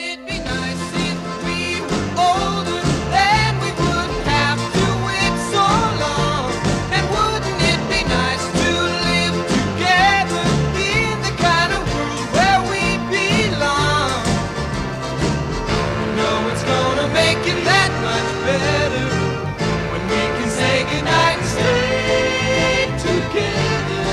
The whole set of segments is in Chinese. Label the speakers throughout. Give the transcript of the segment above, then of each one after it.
Speaker 1: it be nice if we were older? Then we wouldn't have to wait so long. And wouldn't it be nice to live together in the kind of world where we belong? No, it's gonna make it that much better when we can say goodnight and stay together.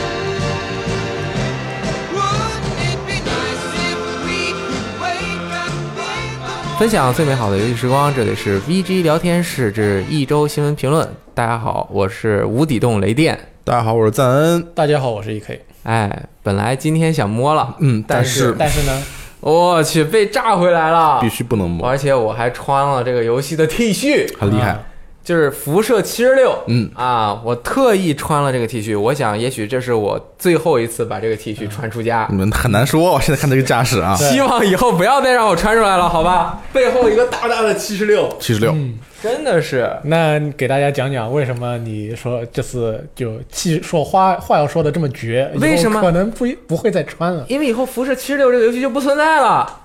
Speaker 1: Wouldn't it be nice if we could wake up, wake up?
Speaker 2: 分享最美好的游戏时光，这里是 VG 聊天室之一周新闻评论。大家好，我是无底洞雷电。
Speaker 3: 大家好，我是赞恩。
Speaker 4: 大家好，我是 E K，
Speaker 2: 哎，本来今天想摸了，
Speaker 3: 嗯，但
Speaker 2: 是
Speaker 4: 但是呢，
Speaker 2: 我去被炸回来了
Speaker 3: 必，须不能摸，
Speaker 2: 而且我还穿了这个游戏的 T 恤，
Speaker 3: 很厉害。
Speaker 4: 啊
Speaker 2: 就是辐射七十六。
Speaker 3: 嗯
Speaker 2: 啊，我特意穿了这个 T 恤，我想也许这是我最后一次把这个 T 恤穿出家。
Speaker 3: 你们很难说，我现在看这个架势啊，
Speaker 4: 对
Speaker 2: 希望以后不要再让我穿出来了，好吧？背后一个大大的七十六，
Speaker 3: 七十六，
Speaker 4: 嗯
Speaker 2: 真的是
Speaker 4: 那你给大家讲讲为什么你说这次就气说话话要说的这么绝，以后
Speaker 2: 为什么
Speaker 4: 可能不不会再穿了？
Speaker 2: 因为以后辐射七十六这个游戏就不存在了。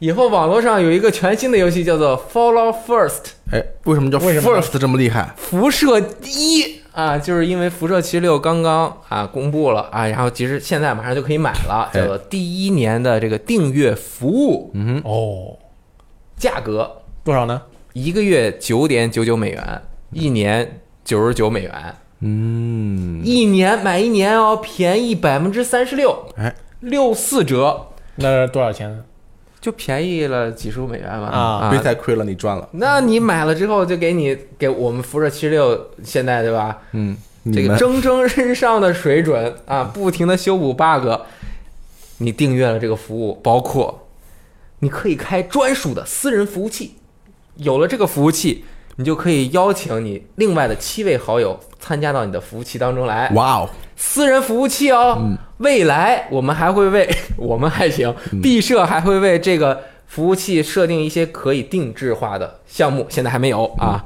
Speaker 2: 以后网络上有一个全新的游戏叫做 Follow First，
Speaker 3: 哎，为什么叫
Speaker 4: 为什么呢
Speaker 3: first 这么厉害？
Speaker 2: 辐射一啊，就是因为辐射七十六刚刚啊公布了啊，然后其实现在马上就可以买了，
Speaker 3: 哎
Speaker 2: 叫做第一年的这个订阅服务
Speaker 4: 哦，
Speaker 2: 价格
Speaker 4: 多少呢？
Speaker 2: 一个月九点九九美元，一年九十九美元，
Speaker 3: 嗯，
Speaker 2: 一年买一年哦，便宜百分之三十六，
Speaker 3: 哎，
Speaker 2: 六四折，
Speaker 4: 那多少钱呢？
Speaker 2: 就便宜了几十五美元吧
Speaker 4: 啊
Speaker 3: 别再亏了，你赚了。
Speaker 2: 那你买了之后，就给你给我们辐射七十六，现在对吧？
Speaker 3: 嗯，
Speaker 2: 这
Speaker 3: 你
Speaker 2: 个
Speaker 3: 们
Speaker 2: 蒸蒸日上的水准啊，不停的修补 bug。你订阅了这个服务，包括你可以开专属的私人服务器。有了这个服务器，你就可以邀请你另外的七位好友参加到你的服务器当中来。
Speaker 3: 哇哦，
Speaker 2: 私人服务器哦。未来我们还会为 我们还行，毕设还会为这个服务器设定一些可以定制化的项目，现在还没有啊。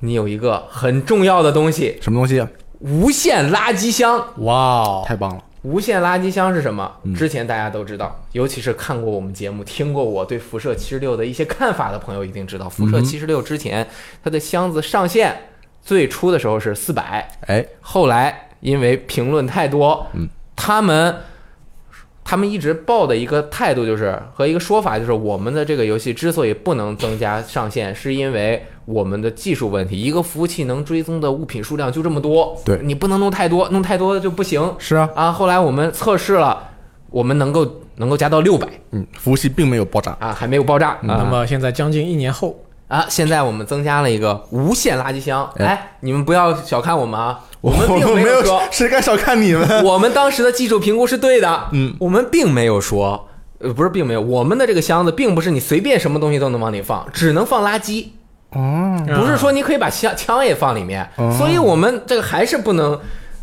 Speaker 2: 你有一个很重要的东西，
Speaker 3: 什么东西？啊
Speaker 2: 无线垃圾箱。
Speaker 4: 哇哦，
Speaker 3: 太棒了！
Speaker 2: 无线垃圾箱是什么？之前大家都知道，尤其是看过我们节目、听过我对辐射七十六的一些看法的朋友一定知道，辐射七十六之前它的箱子上限最初的时候是四百，
Speaker 3: 哎，
Speaker 2: 后来因为评论太多，
Speaker 3: 嗯，
Speaker 2: 他们他们一直抱的一个态度就是和一个说法就是，我们的这个游戏之所以不能增加上限，是因为我们的技术问题。一个服务器能追踪的物品数量就这么多，
Speaker 3: 对
Speaker 2: 你不能弄太多，弄太多就不行
Speaker 3: 是啊，
Speaker 2: 啊。后来我们测试了，我们能够能够加到六百
Speaker 3: 嗯，服务器并没有爆炸，
Speaker 2: 啊，还没有爆炸。
Speaker 3: 嗯
Speaker 2: 啊
Speaker 4: 那么现在将近一年后，
Speaker 2: 啊，现在我们增加了一个无线垃圾箱。
Speaker 3: 哎
Speaker 2: 哎，你们不要小看我们啊，我们并
Speaker 3: 我没
Speaker 2: 有说
Speaker 3: 谁敢小看你 们？
Speaker 2: 我们当时的技术评估是对的，
Speaker 3: 嗯，
Speaker 2: 我们并没有说，呃，不是，并没有，我们的这个箱子并不是你随便什么东西都能往里放，只能放垃圾，
Speaker 3: 哦，
Speaker 2: 不是说你可以把枪枪也放里面，
Speaker 3: 哦
Speaker 2: 所以我们这个还是不能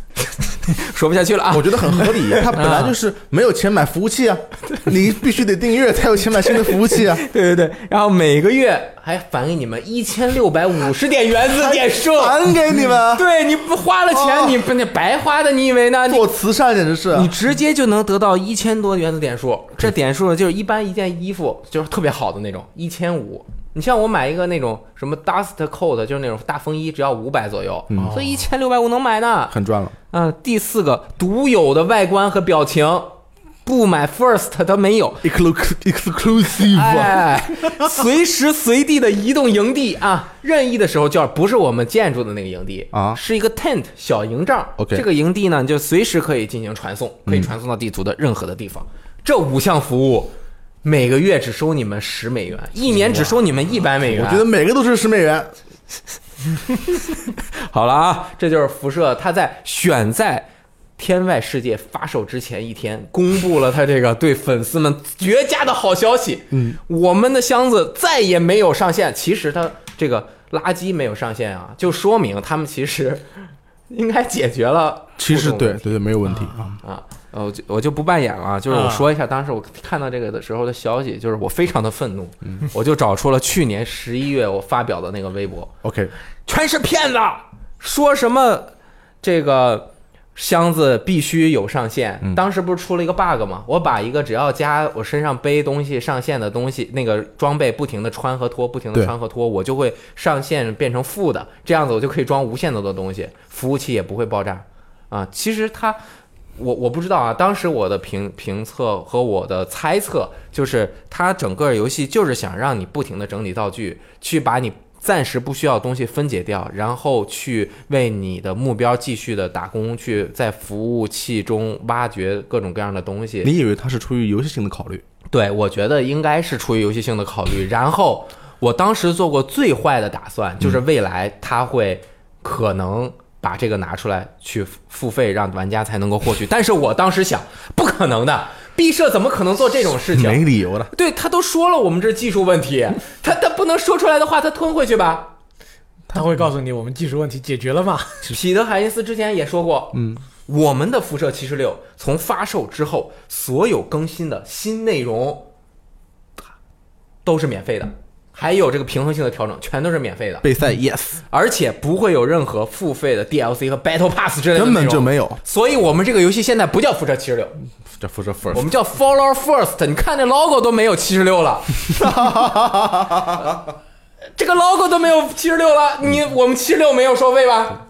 Speaker 2: 说不下 去了啊
Speaker 3: 我。觉得很合理，他本来就是没有钱买服 务器啊，你必须得订阅才有钱买新的服务器啊。
Speaker 2: 对对对，然后每个月还返给你们一千六百五十点原子点 数，
Speaker 3: 还给你们，啊
Speaker 2: 对，你不花了钱，
Speaker 3: 哦
Speaker 2: 你不那白花的，你以为呢？你
Speaker 3: 做慈善简直是。啊
Speaker 2: 你直接就能得到一千多原子点数，这点数就是一般一件衣服就是特别好的那种，一千五。你像我买一个那种什么 dust coat，就是那种大风衣，只要五百左右，所以一千六百五能买呢。
Speaker 3: 很赚了，
Speaker 2: 嗯，第四个独有的外观和表情，不买 first 它没有。
Speaker 3: exclusive，、
Speaker 2: 哎，随时随地的移动营地啊，任意的时候叫，不是我们建筑的那个营地
Speaker 3: 啊
Speaker 2: 是一个 tent 小营帐。
Speaker 3: OK 嗯
Speaker 2: 这个营地呢，你就随时可以进行传送，可以传送到地图的任何的地方。这五项服务，每个月只收你们十美元，一年只收你们一百美元。
Speaker 3: 我觉得每个都是十美元，
Speaker 2: 好了啊，这就是辐射，它在选在。天外世界发售之前一天，公布了它这个对粉丝们绝佳的好消息。嗯，我们的箱子再也没有上限。其实它这个垃圾没有上限啊，就说明他们其实应该解决了
Speaker 3: 其
Speaker 2: 互
Speaker 3: 实
Speaker 2: 动
Speaker 3: 对
Speaker 2: 问题
Speaker 3: 对对，没有问题啊。
Speaker 2: 啊。呃，我就我就不扮演了啊，就是我说一下当时我看到这个的时候的消息，就是我非常的愤怒，
Speaker 3: 嗯
Speaker 2: 我就找出了去年十一月我发表的那个微博，
Speaker 3: OK，
Speaker 2: 全是骗子，说什么这个箱子必须有上限。
Speaker 3: 嗯
Speaker 2: 当时不是出了一个 bug 吗？我把一个只要加我身上背东西上线的东西，那个装备不停的穿和脱，不停的
Speaker 3: 对
Speaker 2: 穿和脱，我就会上限变成负的，这样子我就可以装无限多的东西，服务器也不会爆炸啊。其实它。我我不知道啊，当时我的评评测和我的猜测就是，它整个游戏就是想让你不停的整理道具，去把你暂时不需要的东西分解掉，然后去为你的目标继续的打工，去在服务器中挖掘各种各样的东西。
Speaker 3: 你以为他是出于游戏性的考虑？
Speaker 2: 对，我觉得应该是出于游戏性的考虑。然后我当时做过最坏的打算，就是未来他会可能把这个拿出来去付付费，让玩家才能够获取。但是我当时想，不可能的，毕设怎么可能做这种事情？
Speaker 3: 没理由的。
Speaker 2: 对他都说了，我们这是技术问题，他他不能说出来的话，他吞回去吧。
Speaker 4: 他会告诉你我们技术问题解决 了吗？
Speaker 2: 彼得·海因斯之前也说过，嗯，我们的辐射七十六从发售之后，所有更新的新内容都是免费的，还有这个平衡性的调整，全都是免费的，
Speaker 3: 备赛 yes，
Speaker 2: 而且不会有任何付费的 DLC 和 Battle Pass 之类的
Speaker 3: 根本就
Speaker 2: 内容。
Speaker 3: 没有。
Speaker 2: 所以我们这个游戏现在不叫辐射七十六，
Speaker 3: 这辐射
Speaker 2: 我
Speaker 3: first，
Speaker 2: 们叫 Follow First。你看这 logo 都没有七十六 了，这个 logo 都没有七十六了，你我们七十六没有收费吧？
Speaker 3: 啊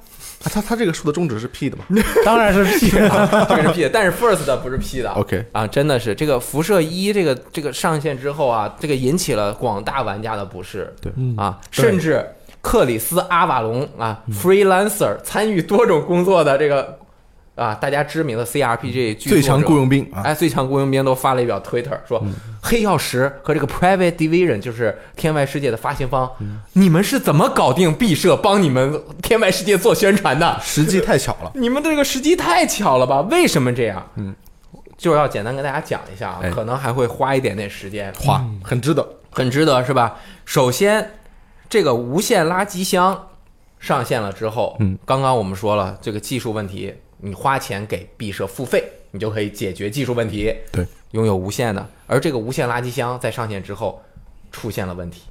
Speaker 3: 他他这个数的宗旨是 P 的嘛？
Speaker 4: 当然是 屁 了。
Speaker 2: 这个是 P 的，但是 First 的不是 P 的。
Speaker 3: OK
Speaker 2: 啊，真的是这个辐射一这个这个上线之后啊，这个引起了广大玩家的不适。
Speaker 3: 嗯对嗯
Speaker 2: 啊，
Speaker 4: 对
Speaker 2: 甚至克里斯阿瓦隆啊，freelancer 参与多种工作的这个啊，大家知名的 CRPG 剧
Speaker 3: 嗯最强雇佣兵啊，嗯
Speaker 2: 哎，最强雇佣兵都发了一表 Twitter 说，黑曜石和这个 Private Division 就是天外世界的发行方，
Speaker 3: 嗯
Speaker 2: 你们是怎么搞定毕设帮你们天外世界做宣传的？
Speaker 3: 时机太巧了。
Speaker 2: 你们这个时机太巧了吧？为什么这样？嗯，就要简单跟大家讲一下啊
Speaker 3: 哎，
Speaker 2: 可能还会花一点点时间，
Speaker 3: 花很值得，
Speaker 2: 很值得是吧？首先，这个无线垃圾箱上线了之后，
Speaker 3: 嗯，
Speaker 2: 刚刚我们说了这个技术问题，你花钱给毕设付费，你就可以解决技术问题，
Speaker 3: 对，
Speaker 2: 拥有无线的。而这个无线垃圾箱在上线之后出现了问题，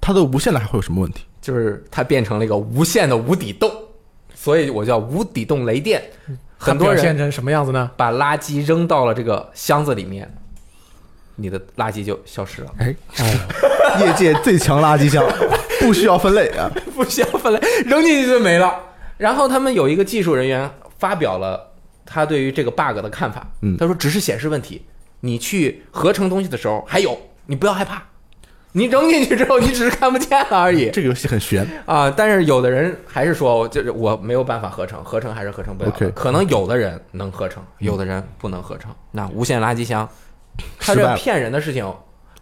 Speaker 3: 它的无限的还会有什么问题？
Speaker 2: 就是它变成了一个无限的无底洞，所以我叫无底洞雷电。很多
Speaker 4: 他表
Speaker 2: 人
Speaker 4: 现成什么样子呢？
Speaker 2: 把垃圾扔到了这个箱子里面，你的垃圾就消失了，
Speaker 3: 哎， 业界最强垃圾 箱，不需要分类啊。
Speaker 2: 不需要分类，扔进去就没了。然后他们有一个技术人员发表了他对于这个 bug 的看法，
Speaker 3: 嗯
Speaker 2: 他说只是显示问题，你去合成东西的时候还有，你不要害怕，你扔进去之后你只是看不见了而已
Speaker 3: 这个游戏很悬，
Speaker 2: 啊、但是有的人还是说，我就是我没有办法合成，合成还是合成不了的
Speaker 3: OK 嗯
Speaker 2: 可能有的人能合成，有的人不能合成。那无限垃圾箱，他
Speaker 3: 失败
Speaker 2: 这
Speaker 3: 了
Speaker 2: 骗人的事情，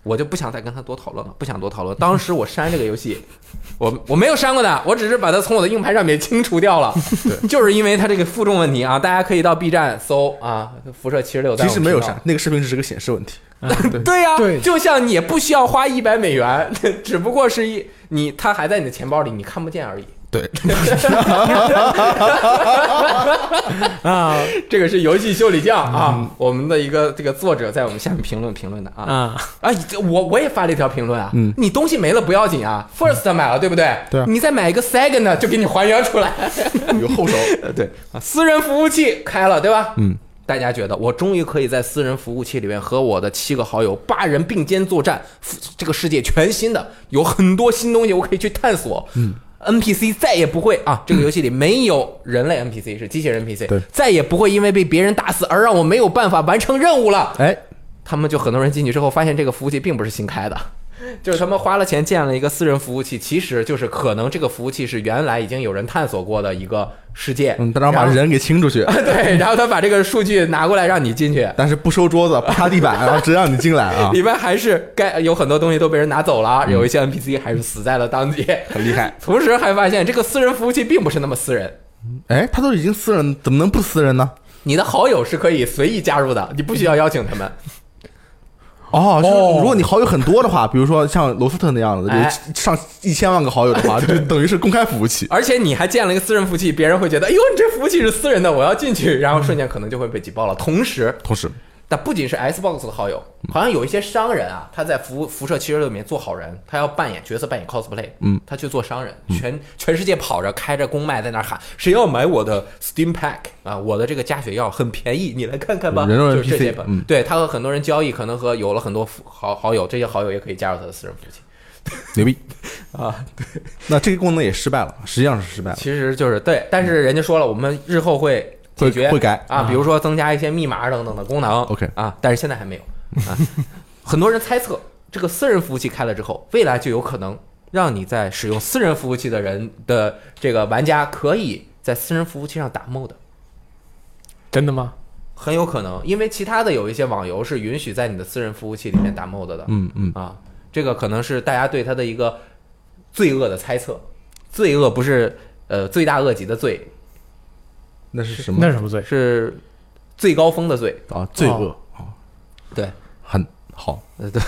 Speaker 2: 我就不想再跟他多讨论了，不想多讨论。当时我删这个游戏， 我我没有删过它，我只是把它从我的硬盘上面清除掉了， 就是因为它这个负重问题啊。大家可以到 B 站搜啊，辐射七十六，
Speaker 3: 其实没有删，那个视频只是个显示问题。
Speaker 2: 对呀、
Speaker 4: 对
Speaker 2: 就像你也不需要花一百美元， 只不过是一你它还在你的钱包里，你看不见而已。
Speaker 3: 对，
Speaker 4: 啊
Speaker 2: 这个是游戏修理匠
Speaker 3: 嗯
Speaker 2: 啊，我们的一个这个作者在我们下面评论评论的啊
Speaker 4: 啊，
Speaker 2: 啊，我我也发了一条评论啊
Speaker 3: 嗯，
Speaker 2: 你东西没了不要紧啊，first 买了对不对？
Speaker 3: 对啊
Speaker 2: 你再买一个 second 就给你还原 出来。
Speaker 3: 有后手。
Speaker 2: 对啊，私人服务器开了对吧？
Speaker 3: 嗯，
Speaker 2: 大家觉得我终于可以在私人服务器里面和我的七个好友八人并肩作战，这个世界全新的，有很多新东西我可以去探索。嗯。NPC 再也不会啊，这个游戏里没有人类 NPC，是机器人 NPC，
Speaker 3: 嗯对
Speaker 2: 再也不会因为被别人打死而让我没有办法完成任务了。
Speaker 3: 哎，
Speaker 2: 他们就很多人进去之后发现这个服务器并不是新开的， 就是他们花了钱建了一个私人服务器，其实就是可能这个服务器是原来已经有人探索过的一个世界，
Speaker 3: 嗯，当然把
Speaker 2: 后
Speaker 3: 人给清出去，
Speaker 2: 对，然后他把这个数据拿过来让你进去。
Speaker 3: 但是不收桌子，不擦地板，然后只让你进来啊，
Speaker 2: 里边还是该有很多东西都被人拿走了，
Speaker 3: 嗯
Speaker 2: 有一些 NPC 还是死在了当地。
Speaker 3: 很厉害。
Speaker 2: 同时还发现这个私人服务器并不是那么私人，
Speaker 3: 哎，他都已经私人，怎么能不私人呢？
Speaker 2: 你的好友是可以随意加入的，你不需要邀请他们。
Speaker 3: 哦，就是
Speaker 4: 哦
Speaker 3: 如果你好友很多的话，比如说像罗斯特那样的，
Speaker 2: 哎
Speaker 3: 有上一千万个好友的话，就等于是公开服务器。
Speaker 2: 而且你还建了一个私人服务器，别人会觉得，哎呦，你这服务器是私人的，我要进去，然后瞬间可能就会被挤爆了。同时，
Speaker 3: 同时，
Speaker 2: 但不仅是 Xbox 的好友，
Speaker 3: 嗯
Speaker 2: 好像有一些商人啊，他在辐辐射七十六里面做好人，他要扮演角色，扮演 cosplay，嗯，他去做商人，全全世界跑着开着公卖在那儿喊，谁要买我的 Steam Pack 啊，我的这个加血药很便宜，你来看看吧，
Speaker 3: 人肉
Speaker 2: 就是
Speaker 3: NPC
Speaker 2: 这些本，
Speaker 3: 嗯
Speaker 2: 对他和很多人交易，可能和有了很多服好好友，这些好友也可以加入他的私人服务器。
Speaker 3: 牛逼
Speaker 2: 啊！
Speaker 3: 对，那这个功能也失败了，实际上是失败了。
Speaker 2: 其实就是对，但是人家说了，我们日后会解
Speaker 3: 会
Speaker 2: 决
Speaker 3: 会改
Speaker 2: 啊，比如说增加一些密码等等的功能。
Speaker 3: OK
Speaker 2: 啊，但是现在还没有。啊，很多人猜测，这个私人服务器开了之后，未来就有可能让你在使用私人服务器的人的这个玩家可以在私人服务器上打 MOD。
Speaker 4: 真的吗？
Speaker 2: 很有可能，因为其他的有一些网游是允许在你的私人服务器里面打 MOD 的。
Speaker 3: 嗯嗯，
Speaker 2: 啊，这个可能是大家对他的一个罪恶的猜测。罪恶不是呃罪大恶极的罪，
Speaker 3: 那是什么？
Speaker 4: 那是什么罪？
Speaker 2: 是最高峰的罪。
Speaker 3: 啊，罪恶啊，
Speaker 2: 对，
Speaker 3: 很好。
Speaker 2: 呃，对，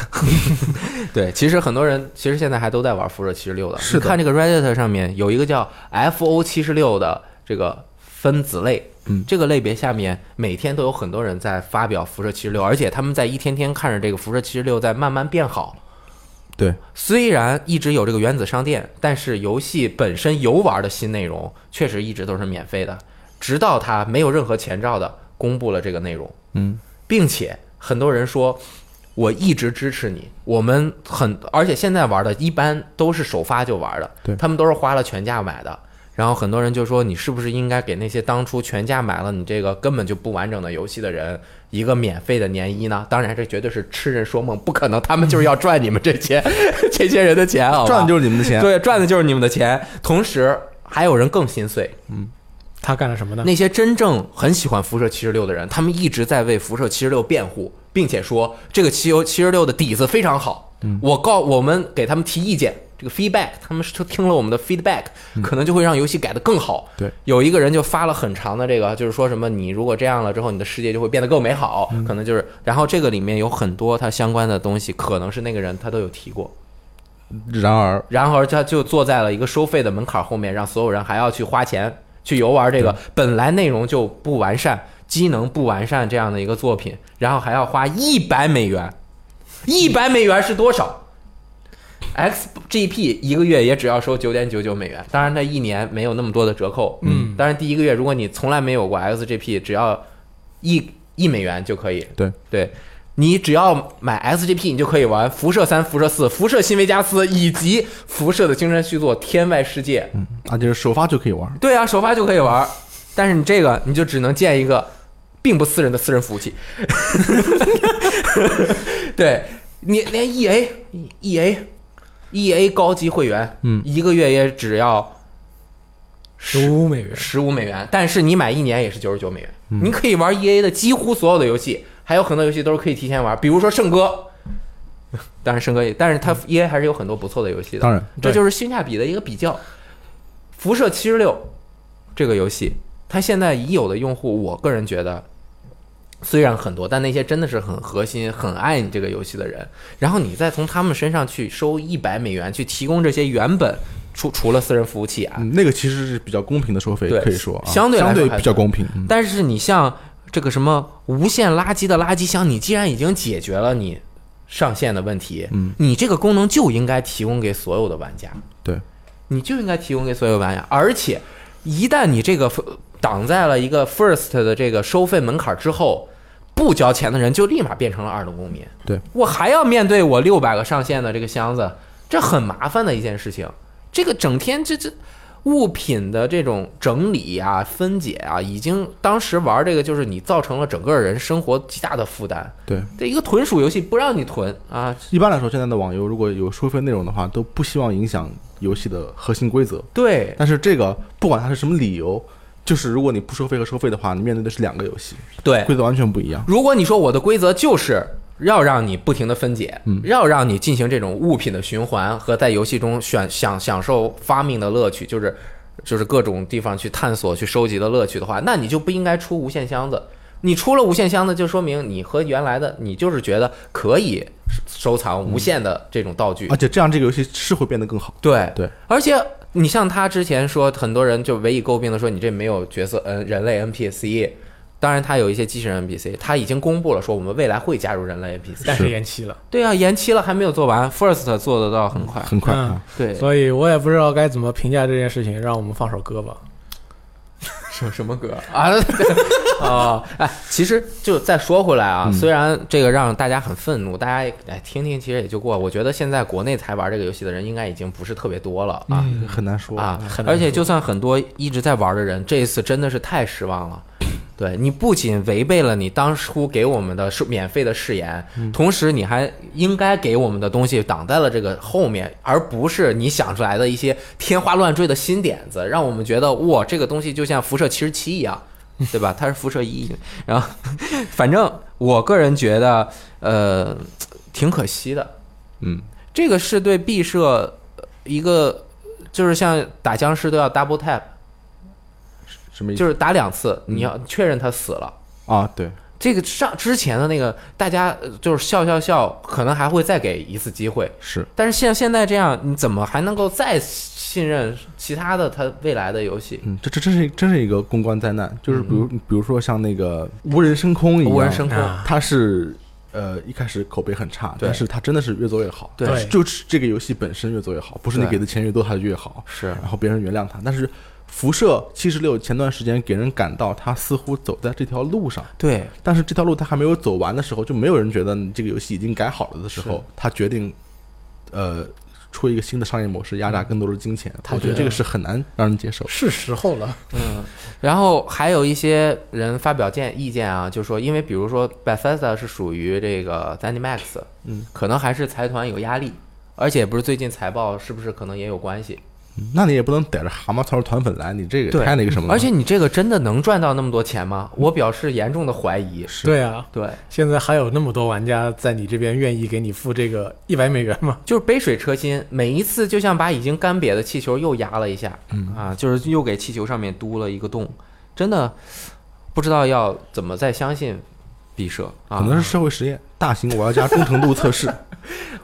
Speaker 2: 对，其实很多人其实现在还都在玩辐射七十六的。
Speaker 3: 是的
Speaker 2: 你看这个 Reddit 上面有一个叫 FO 七十六的这个分子类，
Speaker 3: 嗯
Speaker 2: 这个类别下面每天都有很多人在发表辐射七十六，而且他们在一天天看着这个辐射七十六在慢慢变好。
Speaker 3: 对，
Speaker 2: 虽然一直有这个原子商店，但是游戏本身游玩的新内容确实一直都是免费的，直到它没有任何前兆的公布了这个内容，
Speaker 3: 嗯，
Speaker 2: 并且很多人说。我一直支持你，我们很，而且现在玩的一般都是首发就玩的，
Speaker 3: 对
Speaker 2: 他们都是花了全价买的。然后很多人就说，你是不是应该给那些当初全价买了你这个根本就不完整的游戏的人一个免费的年一呢？当然，这绝对是痴人说梦，不可能，他们就是要赚你们这些 这些人的钱啊，好吧
Speaker 3: 赚的就是你们的钱。
Speaker 2: 对，赚的就是你们的钱。同时，还有人更心碎，
Speaker 4: 他干了什么呢？
Speaker 2: 那些真正很喜欢辐射七十六的人，他们一直在为辐射七十六辩护，并且说这个七游七十六的底子非常好。我告我们给他们提意见，这个 feedback，他们是听了我们的 feedback，可能就会让游戏改得更好。
Speaker 3: 对，
Speaker 2: 有一个人就发了很长的这个，就是说什么你如果这样了之后，你的世界就会变得更美好，可能就是。然后这个里面有很多他相关的东西，可能是那个人他都有提过。
Speaker 3: 然而，
Speaker 2: 然而他就坐在了一个收费的门槛后面，让所有人还要去花钱去游玩这个本来内容就不完善、机能不完善这样的一个作品，然后还要花一百美元，一百美元是多少？XGP 一个月也只要收九点九九美元，当然它一年没有那么多的折扣，嗯，当然第一个月如果你从来没有过 XGP，只要一一美元就可以，
Speaker 3: 对
Speaker 2: 对。你只要买 SGP，你就可以玩《辐射三》《辐射四》《辐射新维加斯》以及《辐射》的精神续作《天外世界》。
Speaker 3: 嗯，啊，就是首发就可以玩。
Speaker 2: 对啊，首发就可以玩，但是你这个你就只能建一个并不私人的私人服务 器。对你连 E EA EA EA E 高级会员，
Speaker 3: 嗯
Speaker 2: 一个月也只要
Speaker 4: 十五美元，
Speaker 2: 十五美元，但是你买一年也是九十九美元。你可以玩 EA 的几乎所有的游戏，还有很多游戏都是可以提前玩，比如说《圣歌》。 当然，圣歌也，但是它 EA 还是有很多不错的游戏的。
Speaker 3: 嗯当然，
Speaker 2: 这
Speaker 4: 对
Speaker 2: 就是性价比的一个比较。辐射七十六这个游戏，它现在已有的用户，我个人觉得虽然很多，但那些真的是很核心、很爱你这个游戏的人，然后你再从他们身上去收一百美元，去提供这些原本除除了私人服务器啊，
Speaker 3: 嗯那个其实是比较公平的收费
Speaker 2: 对，
Speaker 3: 可以说啊，
Speaker 2: 相对来
Speaker 3: 相
Speaker 2: 说
Speaker 3: 对
Speaker 2: 还
Speaker 3: 比较公平。嗯
Speaker 2: 但是你像这个什么无线垃圾的垃圾箱，你既然已经解决了你上线的问题，
Speaker 3: 嗯，
Speaker 2: 你这个功能就应该提供给所有的玩家，
Speaker 3: 对，
Speaker 2: 你就应该提供给所有玩家。而且，一旦你这个挡在了一个 first 的这个收费门槛之后，不交钱的人就立马变成了二等公民。
Speaker 3: 对
Speaker 2: 我还要面对我六百个上线的这个箱子，这很麻烦的一件事情。这个整天这这物品的这种整理啊、分解啊，已经当时玩这个就是你造成了整个人生活极大的负担。
Speaker 3: 对，
Speaker 2: 这一个囤鼠游戏不让你囤啊，
Speaker 3: 一般来说，现在的网游如果有收费内容的话，都不希望影响游戏的核心规则。
Speaker 2: 对
Speaker 3: 但是这个不管它是什么理由，就是如果你不收费和收费的话，你面对的是两个游戏，
Speaker 2: 对，
Speaker 3: 规则完全不一样。
Speaker 2: 如果你说我的规则就是要让你不停的分解，要让你进行这种物品的循环和在游戏中选享享受发明的乐趣，就是就是各种地方去探索、去收集的乐趣的话，那你就不应该出无限箱子。你出了无限箱子，就说明你和原来的你就是觉得可以收藏无限的这种道具，
Speaker 3: 而且这样这个游戏是会变得更好。
Speaker 2: 对
Speaker 3: 对，
Speaker 2: 而且你呃像他之前说，很多人就唯以诟病的说你这没有角色嗯人类 NPC，当然，它有一些机器人 NPC，它已经公布了说我们未来会加入人类 NPC。
Speaker 4: 但是
Speaker 3: 是
Speaker 4: 延期了，
Speaker 2: 对啊，延期了还没有做完，First 做得到很快。
Speaker 3: 很快
Speaker 4: 嗯
Speaker 3: 啊，
Speaker 2: 对，
Speaker 4: 所以我也不知道该怎么评价这件事情。让我们放首歌吧。
Speaker 2: 什什么歌 啊？哦，哎，其实就再说回来啊，
Speaker 3: 嗯
Speaker 2: 虽然这个让大家很愤怒，大家也哎听听其实也就过。我觉得现在国内才玩这个游戏的人应该已经不是特别多了啊、
Speaker 4: 嗯
Speaker 3: 很难说
Speaker 2: 啊，
Speaker 4: 很难
Speaker 2: 而且就算很多一直在玩的人，这一次真的是太失望了。对你不仅违背了你当初给我们的是免费的誓言，
Speaker 4: 嗯
Speaker 2: 同时你还应该给我们的东西挡在了这个后面，而不是你想出来的一些天花乱坠的新点子，让我们觉得哇，这个东西就像辐射七十七一样，对吧？它是辐射一，然后反正我个人觉得，呃，挺可惜的。
Speaker 3: 嗯，
Speaker 2: 这个是对毕设呃一个，就是像打僵尸都要 double tap，
Speaker 3: 什么意思？
Speaker 2: 就是打两次，你
Speaker 3: 嗯
Speaker 2: 要确认他死了。
Speaker 3: 啊，对，
Speaker 2: 这个上之前的那个，大家呃就是笑笑笑，可能还会再给一次机会，
Speaker 3: 是
Speaker 2: 但是像现在这样，你怎么还能够再信任其他的他未来的游戏？
Speaker 3: 嗯，这这真是真是一个公关灾难，就是比如、比如说像那个无人升空一样，
Speaker 2: 无人升空，
Speaker 4: 啊
Speaker 3: 它是呃一开始口碑很差，
Speaker 2: 对
Speaker 3: 但是它真的是越做越好，
Speaker 2: 对
Speaker 3: 就是就是这个游戏本身越做越好，不是你
Speaker 2: 对
Speaker 3: 给的钱越多它就越好，
Speaker 2: 是
Speaker 3: 然后别人原谅它，但是。辐射七十六前段时间给人感到它似乎走在这条路上，
Speaker 2: 对，
Speaker 3: 但是这条路它还没有走完的时候，就没有人觉得你这个游戏已经改好了的时候，他决定，呃，出一个新的商业模式，压榨更多的金钱。
Speaker 4: 他
Speaker 3: 我觉得
Speaker 4: 觉
Speaker 3: 这个
Speaker 4: 得
Speaker 3: 是很难让人接受。
Speaker 4: 是时候了，
Speaker 2: 嗯，然后还有一些人发表见意见啊，就说因为比如说 Bethesda 是属于这个 ZeniMax，
Speaker 3: 嗯，
Speaker 2: 可能还是财团有压力，而且不是最近财报是不是可能也有关系？
Speaker 3: 嗯那你也不能逮着蛤蟆操着团粉来，你这个也
Speaker 2: 对
Speaker 3: 太那个什么了。
Speaker 2: 而且你这个真的能赚到那么多钱吗？我表示严重的怀疑。
Speaker 3: 嗯是
Speaker 4: 对啊，
Speaker 2: 对，
Speaker 4: 现在还有那么多玩家在你这边愿意给你付这个一百美元吗？
Speaker 2: 就是杯水车薪，每一次就像把已经干瘪的气球又压了一下，嗯啊，就是又给气球上面嘟了一个洞，真的不知道要怎么再相信毕设啊。
Speaker 3: 可能是社会实验，大型我要加忠诚度测 试。
Speaker 2: 嗯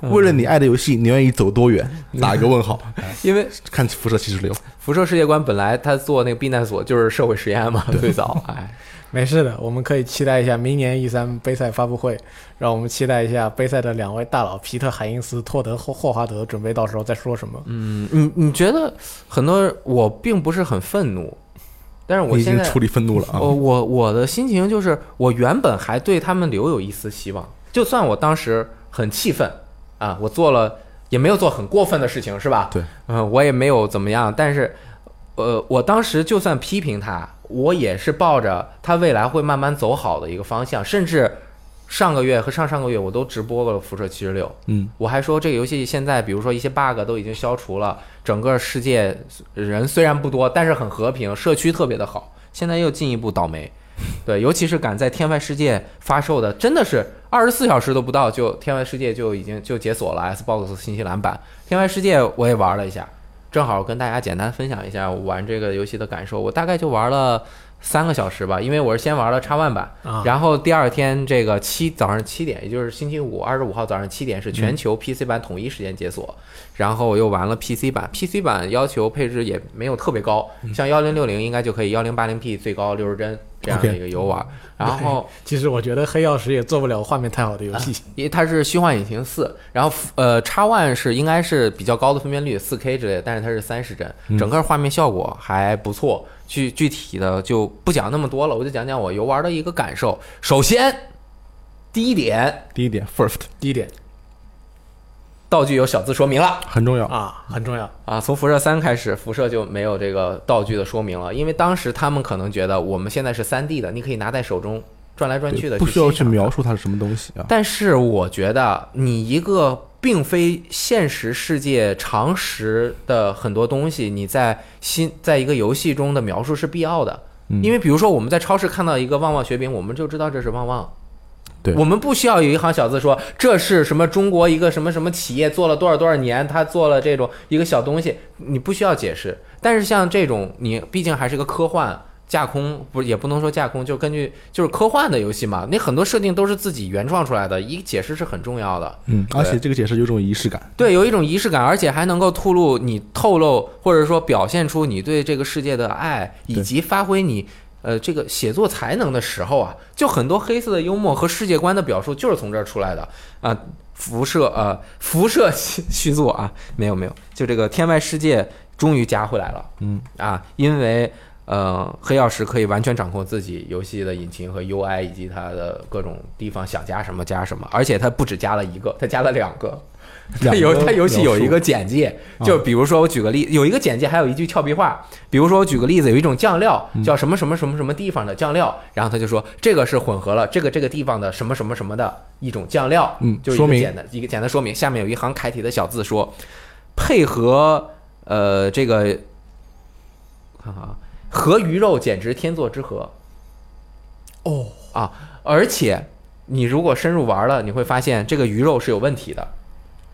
Speaker 3: 为了你爱的游戏，你愿意走多远？打一个问号。
Speaker 2: 因为
Speaker 3: 看辐射七十六，
Speaker 2: 辐射世界观本来他做那个避难所就是社会实验嘛，最 早哎，
Speaker 4: 没事的，我们可以期待一下明年 E 三杯赛发布会，让我们期待一下杯赛的两位大佬皮特·海因斯、托德·霍霍华德准备到时候再说什么。
Speaker 2: 嗯，你你觉得很多人我并不是很愤怒，但是我
Speaker 3: 你已
Speaker 2: 现
Speaker 3: 经
Speaker 2: 在
Speaker 3: 处理愤怒了啊！
Speaker 2: 我呃我我的心情就是，我原本还对他们留有一丝希望，就算我当时很气愤啊，我做了也没有做很过分的事情，是吧？
Speaker 3: 对，
Speaker 2: 嗯，我也没有怎么样，但是，呃，我当时就算批评他，我也是抱着他未来会慢慢走好的一个方向，甚至上个月和上上个月我都直播了《辐射七十六》，
Speaker 3: 嗯，
Speaker 2: 我还说这个游戏现在，比如说一些 bug 都已经消除了，整个世界人虽然不多，但是很和平，社区特别的好。现在又进一步倒霉，对，尤其是赶在天外世界发售的，真的是二十四小时都不到就天外世界就已经就解锁了 Xbox 新西兰版。天外世界我也玩了一下，正好跟大家简单分享一下我玩这个游戏的感受。我大概就玩了三个小时吧，因为我是先玩了 X One 版，
Speaker 4: 啊，
Speaker 2: 然后第二天这个七早上七点，也就是星期五二十五号早上七点是全球 PC 版统一时间解锁，然后我又玩了 PC 版，PC 版要求配置也没有特别高，像幺零六零应该就可以，幺零八零 P 最高六十帧这样的
Speaker 3: OK
Speaker 2: 一个游玩，然后
Speaker 4: 其实我觉得黑曜石也做不了画面太好的游 戏。
Speaker 2: 因为它是虚幻引擎四，然后呃叉 One 是应该是比较高的分辨率，四 K 之类的，但是它是三十帧，整个画面效果还不错。具具体的就不讲那么多了，我就讲讲我游玩的一个感受。首先，第一点，
Speaker 3: 第一点，first
Speaker 4: 第一点
Speaker 2: 道具有小字说明了。
Speaker 3: 很重
Speaker 2: 嗯
Speaker 3: 要。
Speaker 4: 啊，很重要。
Speaker 2: 啊，从辐射三开始，辐射就没有这个道具的说明了，因为当时他们可能觉得我们现在是三 D 的，你可以拿在手中转来转去的，
Speaker 3: 不需要
Speaker 2: 欣
Speaker 3: 去
Speaker 2: 赏
Speaker 3: 描述它是什么东西啊。
Speaker 2: 但是我觉得你一个并非现实世界常识的很多东西，你在新在一个游戏中的描述是必要的。
Speaker 3: 嗯
Speaker 2: 因为比如说我们在超市看到一个旺旺雪饼，我们就知道这是旺旺。
Speaker 3: 对
Speaker 2: 我们不需要有一行小字说这是什么中国一个什么什么企业做了多少多少年，他做了这种一个小东西，你不需要解释。但是像这种你毕竟还是个科幻架空，不是也不能说架空，就根据就是科幻的游戏嘛，那很多设定都是自己原创出来的，一解释是很重要的。
Speaker 3: 嗯，而
Speaker 2: 对
Speaker 3: 且这个解释有种仪式 感。
Speaker 2: 对，有一种仪式感，而且还能够透露你透露或者说表现出你对这个世界的爱，以及发挥你呃这个写作才能的时候啊，就很多黑色的幽默和世界观的表述就是从这儿出来的啊、辐射呃辐射 续续作啊，没有没有，就这个天外世界终于加回来了，
Speaker 3: 嗯
Speaker 2: 啊，因为呃黑曜石可以完全掌控自己游戏的引擎和 UI 以及它的各种地方想加什么加什么，而且它不只加了一个，它加了两个。 它
Speaker 3: 两
Speaker 2: 游
Speaker 3: 个
Speaker 2: 它游戏有
Speaker 3: 描述
Speaker 2: 一个简介，
Speaker 3: 嗯
Speaker 2: 就比如说我举个例，有一个简介，还有一句俏皮话。比如说我举个例子，有一种酱料
Speaker 3: 嗯
Speaker 2: 叫什么什么什么什么地方的酱料，然后他就说这个是混合了这个这个地方的什么什么什么的一种酱料，
Speaker 3: 嗯
Speaker 2: 就是
Speaker 3: 说
Speaker 2: 一个
Speaker 3: 明
Speaker 2: 简单一个简单说明。下面有一行楷体的小字说，配合呃这个看看啊，和鱼肉简直天作之合
Speaker 4: 哦
Speaker 2: 啊！而且你如果深入玩了，你会发现这个鱼肉是有问题的。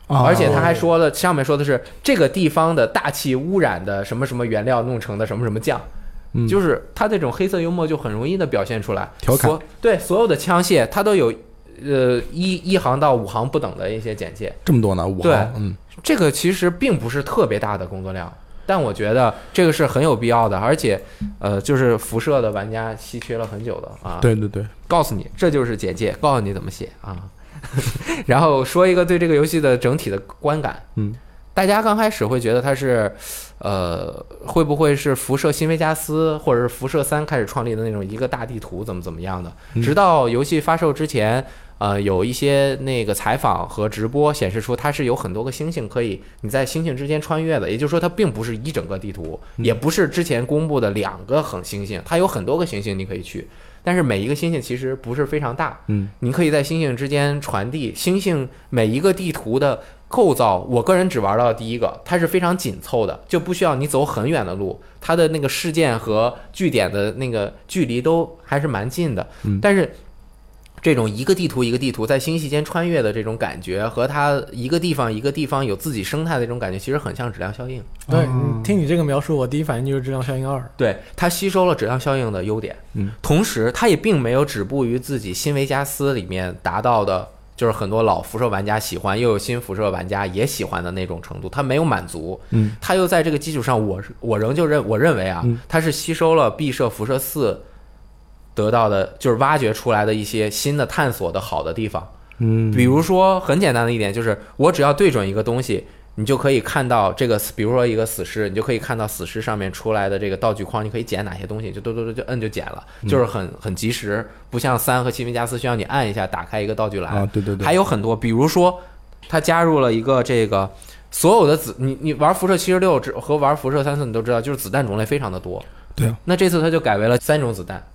Speaker 3: 啊
Speaker 2: 而且他还说了，上面说的是这个地方的大气污染的什么什么原料弄成的什么什么酱，
Speaker 3: 嗯
Speaker 2: 就是他这种黑色幽默就很容易的表现出来。
Speaker 3: 调侃
Speaker 2: 所对所有的枪械，它都有呃一一行到五行不等的一些简介，
Speaker 3: 这么多呢，五
Speaker 2: 对
Speaker 3: 行，嗯，
Speaker 2: 这个其实并不是特别大的工作量。但我觉得这个是很有必要的，而且，呃，就是辐射的玩家稀缺了很久的啊。
Speaker 3: 对对对，
Speaker 2: 告诉你，这就是简介，告诉你怎么写啊。 然后说一个对这个游戏的整体的观感，
Speaker 3: 嗯，
Speaker 2: 大家刚开始会觉得它是，呃，会不会是辐射新维加斯或者是辐射三开始创立的那种一个大地图怎么怎么样的？
Speaker 3: 嗯
Speaker 2: 直到游戏发售之前，呃，有一些那个采访和直播显示出它是有很多个星星可以你在星星之间穿越的，也就是说它并不是一整个地图，也不是之前公布的两个恒星星，它有很多个行星你可以去，但是每一个星星其实不是非常大，
Speaker 3: 嗯，
Speaker 2: 你可以在星星之间传递星星每一个地图的构造。我个人只玩到第一个，它是非常紧凑的，就不需要你走很远的路，它的那个事件和据点的那个距离都还是蛮近的。
Speaker 3: 嗯
Speaker 2: 但是这种一个地图一个地图在星系间穿越的这种感觉，和它一个地方一个地方有自己生态的这种感觉，其实很像质量效应。
Speaker 4: 对，你听你这个描述，我第一反应就是《质量效应二》。
Speaker 2: 对，它吸收了质量效应的优点，
Speaker 3: 嗯，
Speaker 2: 同时它也并没有止步于自己新维加斯里面达到的，就是很多老辐射玩家喜欢，又有新辐射玩家也喜欢的那种程度，它没有满足，
Speaker 3: 嗯，
Speaker 2: 它又在这个基础上，我是我仍旧认我认为啊
Speaker 3: 嗯，
Speaker 2: 它是吸收了毕设辐射四得到的，就是挖掘出来的一些新的探索的好的地方，
Speaker 3: 嗯
Speaker 2: 比如说很简单的一点就是，我只要对准一个东西，你就可以看到这个，比如说一个死尸，你就可以看到死尸上面出来的这个道具框，你可以捡哪些东西，就嘟嘟嘟就摁就捡了，就是很很及时，不像三和西维加斯需要你按一下打开一个道具栏
Speaker 3: 啊，。对对对，
Speaker 2: 还有很多，比如说它加入了一个这个。所有的子，你你玩辐射七十六之和玩辐射三四，你都知道，就是子弹种类非常的多。
Speaker 3: 对啊，
Speaker 2: 那这次它就改为了三种子弹，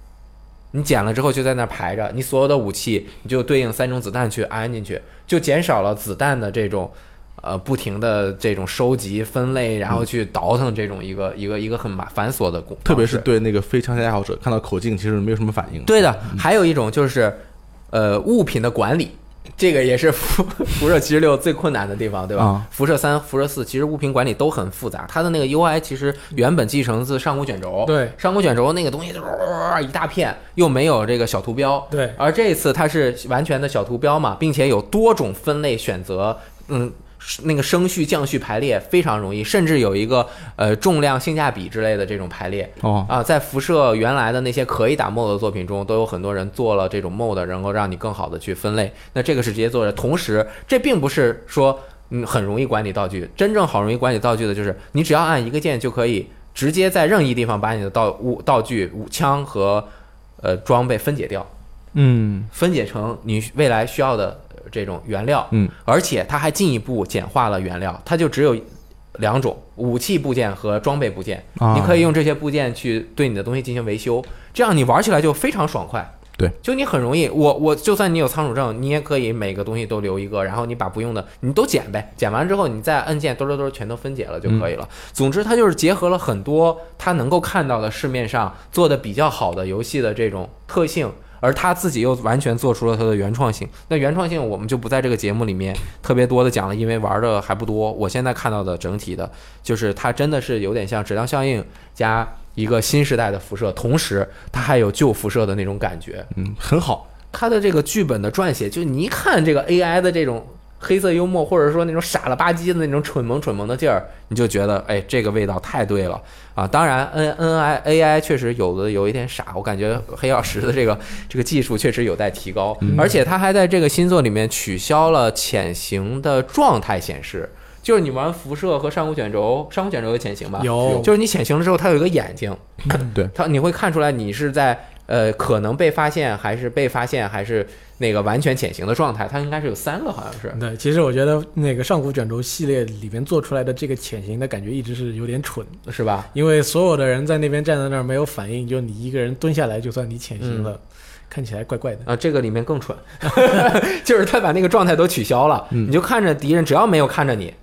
Speaker 2: 你捡了之后就在那儿排着，你所有的武器你就对应三种子弹去安进去，就减少了子弹的这种。呃，不停的这种收集、分类，然后去倒腾这种一个、一个一个很麻繁琐的工，
Speaker 3: 嗯特别是
Speaker 2: 方式
Speaker 3: 对那个非枪械爱好者，看到口径其实没有什么反应。
Speaker 2: 对的，还有一种就是，呃，物品的管理，这个也是 辐辐射七十六最困难的地方，对吧？
Speaker 3: 啊
Speaker 2: 辐射三、辐射四其实物品管理都很复杂，它的那个 UI 其实原本继承自上古卷轴，
Speaker 4: 对
Speaker 2: 上古卷轴那个东西就是一大片，又没有这个小图标，
Speaker 4: 对
Speaker 2: 而这一次它是完全的小图标嘛，并且有多种分类选择，嗯。是那个升序、降序排列非常容易，甚至有一个呃重量、性价比之类的这种排列，
Speaker 3: 哦，
Speaker 2: 啊，在辐射原来的那些可以打 mod 的作品中，都有很多人做了这种 mod，能够让你更好的去分类。那这个是直接做的，同时这并不是说嗯很容易管理道具，真正好容易管理道具的就是你只要按一个键就可以直接在任意地方把你的道物道具、武枪和呃装备分解掉，
Speaker 3: 嗯
Speaker 2: 分解成你未来需要的呃这种原料。
Speaker 3: 嗯，
Speaker 2: 而且它还进一步简化了原料，它就只有两种武器部件和装备部件，
Speaker 3: 啊
Speaker 2: 你可以用这些部件去对你的东西进行维修，这样你玩起来就非常爽快。
Speaker 3: 对，
Speaker 2: 就你很容易，我我就算你有仓鼠症，你也可以每个东西都留一个，然后你把不用的你都捡呗，捡完之后你再按键兜兜兜全都分解了就可以了。
Speaker 3: 嗯
Speaker 2: 总之，它就是结合了很多它能够看到的市面上做的比较好的游戏的这种特性，而他自己又完全做出了它的原创性。那原创性我们就不在这个节目里面特别多的讲了，因为玩的还不多。我现在看到的整体的，就是它真的是有点像质量效应加一个新时代的辐射，同时它还有旧辐射的那种感觉。
Speaker 3: 嗯，很好，
Speaker 2: 它的这个剧本的撰写，就你一看这个 AI 的这种黑色幽默，或者说那种傻了吧唧的那种蠢萌蠢萌的劲儿，你就觉得哎，这个味道太对了啊！当然，N N I A I 确实有的有一点傻，我感觉黑曜石的这个这个技术确实有待提高，而且它还在这个新作里面取消了潜行的状态显示。就是你玩辐射和上古卷轴，上古卷轴有潜行吧？
Speaker 4: 有
Speaker 2: 就是你潜行了之后，它有一个眼睛，
Speaker 3: 对，
Speaker 2: 它你会看出来你是在呃可能被发现，还是被发现，还是那个完全潜行的状态。它应该是有三个，好像是。
Speaker 4: 对，其实我觉得那个上古卷轴系列里面做出来的这个潜行的感觉一直是有点蠢，
Speaker 2: 是吧？
Speaker 4: 因为所有的人在那边站在那儿没有反应，就你一个人蹲下来就算你潜行了，
Speaker 2: 嗯
Speaker 4: 看起来怪怪的。
Speaker 2: 啊，这个里面更蠢， 就是他把那个状态都取消了，你就看着敌人，只要没有看着你，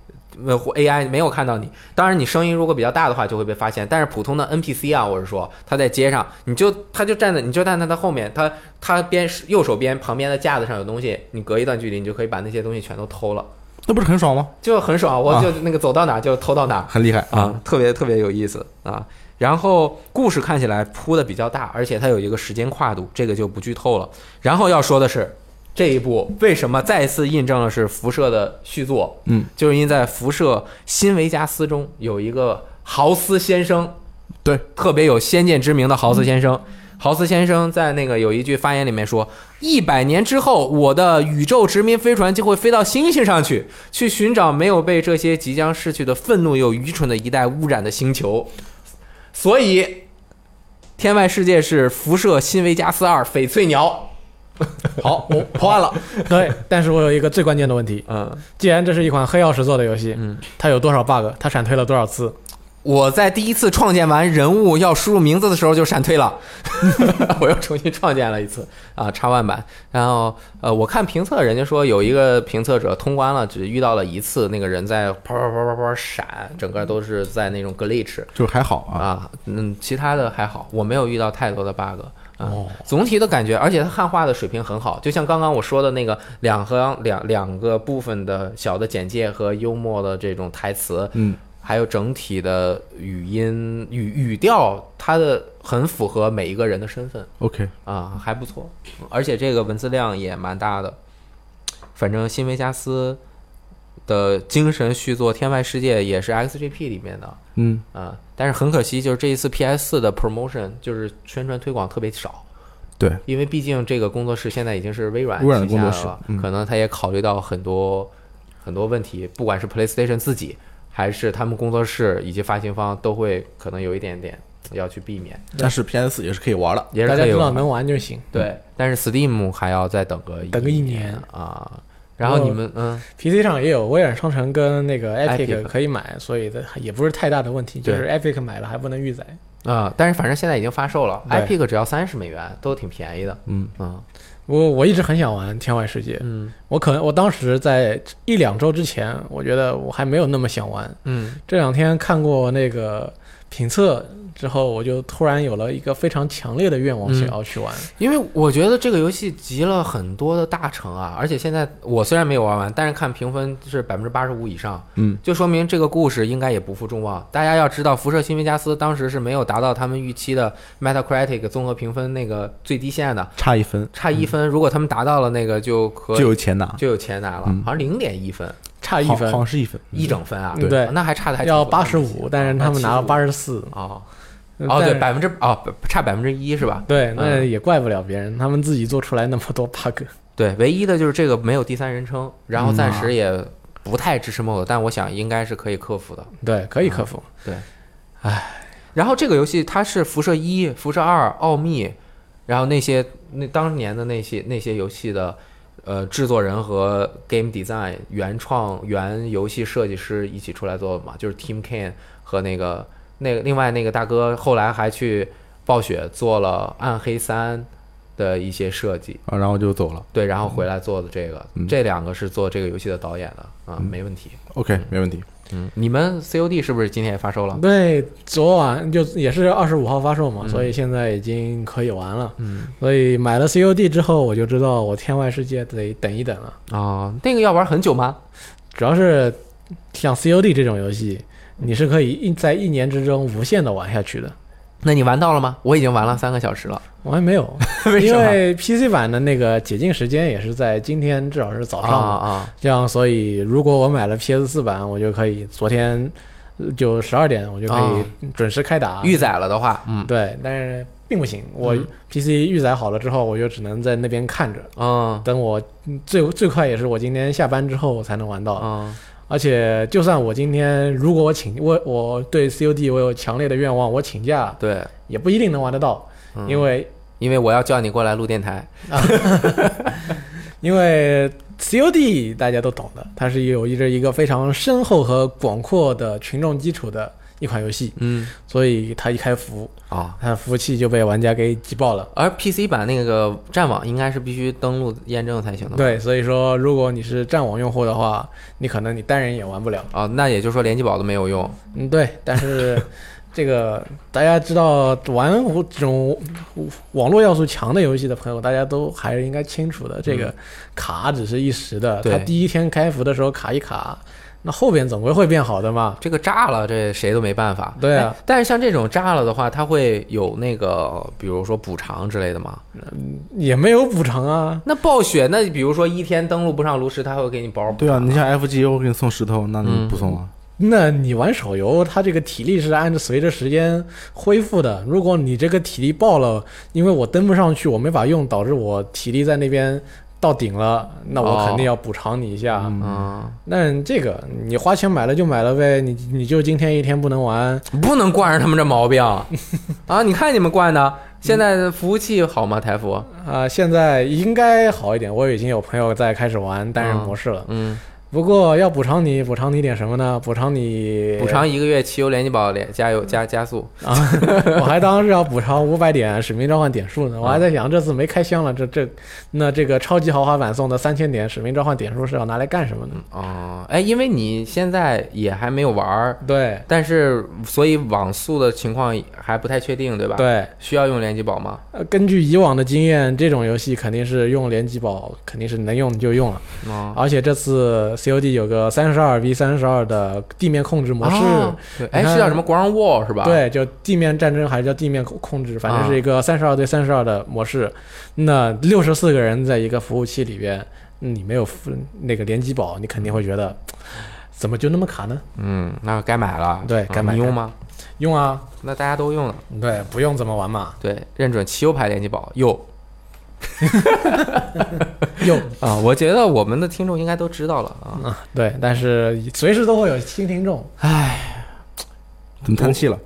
Speaker 2: 呃或，AI 没有看到你，当然你声音如果比较大的话就会被发现，但是普通的 NPC 啊，我是说他在街上，你就他就站在你就站在他后面，他他边右手边旁边的架子上有东西，你隔一段距离你就可以把那些东西全都偷了，
Speaker 3: 那不是很爽吗？
Speaker 2: 就很爽，我
Speaker 3: 啊
Speaker 2: 就那个走到哪儿就偷到哪儿。
Speaker 3: 很厉害
Speaker 2: 啊，特别特别有意思啊。然后故事看起来铺的比较大，而且它有一个时间跨度，这个就不剧透了。然后要说的是，这一部为什么再次印证了是辐射的续作？
Speaker 3: 嗯，
Speaker 2: 就是因在辐射新维加斯中有一个豪斯先生，
Speaker 3: 对，
Speaker 2: 特别有先见之明的豪斯先生。豪斯先生在那个有一句发言里面说：“一百年之后，我的宇宙殖民飞船就会飞到星星上去，去寻找没有被这些即将逝去的愤怒又愚蠢的一代污染的星球。”所以，天外世界是辐射新维加斯二翡翠鸟。好，我破案了。
Speaker 4: 对，但是我有一个最关键的问题，
Speaker 2: 嗯，
Speaker 4: 既然这是一款黑曜石做的游戏，
Speaker 2: 嗯，
Speaker 4: 它有多少 bug，它闪退了多少次？
Speaker 2: 我在第一次创建完人物要输入名字的时候就闪退了， 我又重新创建了一次啊，叉 One 版。然后呃，我看评测，人家说有一个评测者通关了，只遇到了一次，那个人在啪啪啪啪啪闪，整个都是在那种 glitch
Speaker 3: 就是还好啊，
Speaker 2: 啊，嗯，其他的还好，我没有遇到太多的 bug。啊
Speaker 4: 哦，
Speaker 2: 总体的感觉，而且它汉化的水平很好，就像刚刚我说的那个两行两两个部分的小的简介和幽默的这种台词，
Speaker 3: 嗯，
Speaker 2: 还有整体的语音语语调，它的很符合每一个人的身份
Speaker 3: OK，
Speaker 2: 啊，还不错，而且这个文字量也蛮大的。反正新维加斯的精神续作《天外世界》也是 XGP 里面的
Speaker 3: 嗯，
Speaker 2: 啊，但是很可惜，就是这一次 PS 四的 promotion 就是宣传推广特别少。
Speaker 3: 对，
Speaker 2: 因为毕竟这个工作室现在已经是微软
Speaker 3: 微软的
Speaker 2: 旗下
Speaker 3: 工作室
Speaker 2: 了
Speaker 3: 嗯
Speaker 2: 可能他也考虑到很多很多问题，不管是 PlayStation 自己，还是他们工作室以及发行方，都会可能有一点点要去避免，
Speaker 3: 但是 PS 也是可以玩的，
Speaker 2: 也是
Speaker 4: 大家
Speaker 2: 可以
Speaker 4: 知道
Speaker 2: 玩
Speaker 4: 能玩就行。
Speaker 2: 对，但是 Steam 还要再等个
Speaker 4: 等个一
Speaker 2: 一
Speaker 4: 年
Speaker 2: 啊。然后你们嗯，
Speaker 4: PC 上也有微软商城跟那个
Speaker 2: Epic
Speaker 4: Epic 可以买，所以的也不是太大的问题。就
Speaker 2: 对
Speaker 4: 是 Epic 买了还不能预载。
Speaker 2: 啊、但是反正现在已经发售了
Speaker 4: 对
Speaker 2: ，Epic 只要三十美元，都挺便宜的。
Speaker 3: 嗯
Speaker 2: 嗯
Speaker 4: 不过我一直很想玩《天外世界》，
Speaker 2: 嗯
Speaker 4: 我可能我当时在一两周之前，我觉得我还没有那么想玩。
Speaker 2: 嗯
Speaker 4: 这两天看过那个评测之后，我就突然有了一个非常强烈的愿望，
Speaker 2: 嗯
Speaker 4: 想要去玩。
Speaker 2: 因为我觉得这个游戏集了很多的大成啊，而且现在我虽然没有玩完，但是看评分是百分之八十五以上，
Speaker 3: 嗯，
Speaker 2: 就说明这个故事应该也不负众望。大家要知道，辐射新维加斯当时是没有达到他们预期的 Metacritic 综合评分那个最低线的，
Speaker 3: 差一分
Speaker 2: 差一分。如果他们达到了那个，就可
Speaker 3: 就有钱拿，
Speaker 2: 就有钱拿了，
Speaker 3: 嗯
Speaker 2: 好像零点一分，
Speaker 4: 差一
Speaker 3: 好
Speaker 4: 分
Speaker 3: 好像是一分，
Speaker 2: 一整分啊，
Speaker 4: 嗯对
Speaker 2: 那还差的还挺
Speaker 4: 要
Speaker 2: 多
Speaker 4: 八十五，但是他们拿了八十四。
Speaker 2: 哦哦对，百分之哦差百分之一是吧？
Speaker 4: 对，
Speaker 2: 嗯
Speaker 4: 那也怪不了别人，他们自己做出来那么多 bug。
Speaker 2: 对，唯一的就是这个没有第三人称，然后
Speaker 3: 嗯
Speaker 2: 暂
Speaker 3: 啊
Speaker 2: 时也不太支持 mod，但我想应该是可以克服的。
Speaker 4: 对，可以克
Speaker 2: 嗯
Speaker 4: 服。
Speaker 2: 然后这个游戏它是辐射一、辐射二、奥秘，然后那些那当年的那些那些游戏的呃制作人和 game design 原创原游戏设计师一起出来做的嘛，就是 Team Can 和那个那个另外那个大哥后来还去暴雪做了《暗黑三》的一些设计。
Speaker 3: 啊，然后就走了。
Speaker 2: 对，然后回来做的这个，这两个是做这个游戏的导演的啊，没问题。
Speaker 3: OK，没问题。
Speaker 2: 嗯，你们 COD 是不是今天也发售了？
Speaker 4: 对，昨晚就也是二十五号发售嘛，所以现在已经可以玩了。
Speaker 2: 嗯，
Speaker 4: 所以买了 COD 之后，我就知道我天外世界得等一等了。
Speaker 2: 哦，那个要玩很久吗？
Speaker 4: 主要是像 COD 这种游戏，你是可以一在一年之中无限的玩下去的。
Speaker 2: 那你玩到了吗？我已经玩了三个小时了，
Speaker 4: 我还没有，
Speaker 2: 为什
Speaker 4: 因
Speaker 2: 么
Speaker 4: 为 PC 版的那个解禁时间也是在今天，至少是早
Speaker 2: 啊
Speaker 4: 上嘛。
Speaker 2: 啊！
Speaker 4: 这样，所以如果我买了 PS 四版，我就可以昨天呃就十二点，我就可以准时开打。
Speaker 2: 啊预载了的话，嗯
Speaker 4: 对，但是并不行，我
Speaker 2: 嗯
Speaker 4: PC 预载好了之后，我就只能在那边看着。
Speaker 2: 嗯
Speaker 4: 等我嗯最最快也是我今天下班之后才能玩到，
Speaker 2: 嗯
Speaker 4: 而且就算我今天如果我请我我对 COD 我有强烈的愿望，我请假
Speaker 2: 对，
Speaker 4: 也不一定能玩得到，
Speaker 2: 嗯
Speaker 4: 因为
Speaker 2: 因为我要叫你过来录电台，
Speaker 4: 因为 COD 大家都懂的，它是有一着一个非常深厚和广阔的群众基础的一款游戏，
Speaker 2: 嗯
Speaker 4: 所以它一开服，
Speaker 2: 啊。
Speaker 4: 它服务器就被玩家给挤爆了。
Speaker 2: 而 PC 版那个战网应该是必须登录验证才行的。，
Speaker 4: 对，所以说如果你是战网用户的话，你可能你单人也玩不了。
Speaker 2: 哦，那也就是说联机宝都没有用。
Speaker 4: 嗯，对，但是这个大家知道玩无这种网络要素强的游戏的朋友，大家都还是应该清楚的，这个卡只是一时的，
Speaker 2: 嗯对
Speaker 4: 它第一天开服的时候卡一卡，那后边总归会变好的嘛。
Speaker 2: 这个炸了，这谁都没办法。
Speaker 4: 对啊
Speaker 2: 哎但是像这种炸了的话，它会有那个，比如说补偿之类的吗？
Speaker 4: 也没有补偿啊，
Speaker 2: 那暴雪，那比如说一天登录不上炉石，他会给你包补
Speaker 3: 对啊，
Speaker 2: 偿
Speaker 3: 你像 F G O 给你送石头，那你不送啊？
Speaker 4: 那你玩手游，它这个体力是按着随着时间恢复的。如果你这个体力爆了，因为我登不上去，我没法用，导致我体力在那边到顶了，那我肯定要补偿你一下。
Speaker 2: 哦嗯，
Speaker 4: 那这个你花钱买了就买了呗，你你就今天一天不能玩，
Speaker 2: 不能惯着他们这 毛病啊！你看你们惯的，现在服务器好吗？台服，
Speaker 4: 啊、现在应该好一点，我已经有朋友在开始玩单人模式了。
Speaker 2: 嗯，
Speaker 4: 不过要补偿你，补偿你点什么呢？补偿你
Speaker 2: 补偿一个月汽油联机宝连加油加加速，
Speaker 4: 啊！ 我还当是要补偿五百点使命召唤点
Speaker 2: 嗯
Speaker 4: 数呢，我还在想这次没开箱了，这这那这个超级豪华版送的三千点使命召唤点数是要拿来干什么呢？
Speaker 2: 哦、哎，因为你现在也还没有玩儿，
Speaker 4: 对
Speaker 2: 但是所以网速的情况还不太确定，对吧？，
Speaker 4: 对，
Speaker 2: 需要用联机宝吗？
Speaker 4: 呃根据以往的经验，这种游戏肯定是用联机宝，肯定是能用就用了。
Speaker 2: 啊、
Speaker 4: 而且这次 COD 有个三十二 v 三十二的地面控制模式，
Speaker 2: 哦对，哎，
Speaker 4: 你看
Speaker 2: 是叫什么 Ground Wall 是吧？，
Speaker 4: 对，就地面战争还是叫地面控控制，反正
Speaker 2: 啊
Speaker 4: 是一个三十二对三十二的模式。那六十四个人在一个服务器里边，你没有服那个联机宝，你肯定会觉得怎么就那么卡呢？
Speaker 2: 嗯，那该买了。
Speaker 4: 对
Speaker 2: 嗯
Speaker 4: 该买
Speaker 2: 你
Speaker 4: 该
Speaker 2: 用
Speaker 4: 买
Speaker 2: 吗？
Speaker 4: 用啊，
Speaker 2: 那大家都用了。
Speaker 4: 对，不用怎么玩嘛？
Speaker 2: 对，认准汽油牌联机宝有
Speaker 4: 用
Speaker 2: 啊！我觉得我们的听众应该都知道了啊。
Speaker 4: 啊，对，但是随时都会有新听众。
Speaker 3: 怎么叹气了？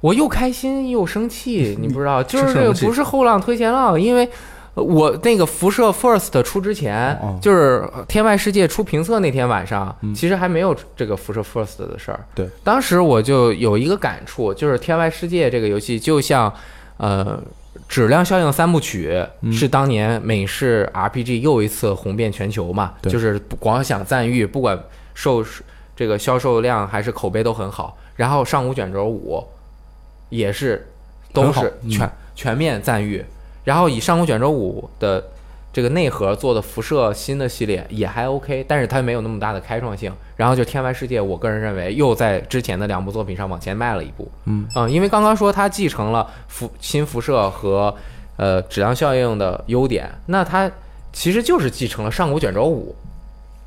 Speaker 2: 我又开心又生
Speaker 3: 嗯
Speaker 2: 气，你不知道，就是
Speaker 3: 是
Speaker 2: 这个
Speaker 3: 生气
Speaker 2: 不是后浪推前浪，因为。呃我那个辐射 First 出之前，
Speaker 3: 哦嗯
Speaker 2: 就是《天外世界》出评测那天晚上，其实还没有这个辐射 First 的事儿。
Speaker 3: 对，
Speaker 2: 当时我就有一个感触，就是《天外世界》这个游戏就像，呃，质量效应三部曲、
Speaker 3: 嗯
Speaker 2: 是当年美式 RPG 又一次红遍全球嘛，
Speaker 3: 对
Speaker 2: 就是不光想赞誉，不管受这个销售量还是口碑都很好。然后《上古卷轴五》也是都
Speaker 3: 很好
Speaker 2: 是
Speaker 3: 嗯
Speaker 2: 全、全面赞誉，然后以《上古卷轴五》的这个内核做的辐射新的系列也还 OK，但是它没有那么大的开创性。然后就《天外世界》，我个人认为又在之前的两部作品上往前迈了一步。
Speaker 3: 嗯
Speaker 2: 因为刚刚说它继承了辐新辐射和呃质量效应的优点，那它其实就是继承了《上古卷轴五》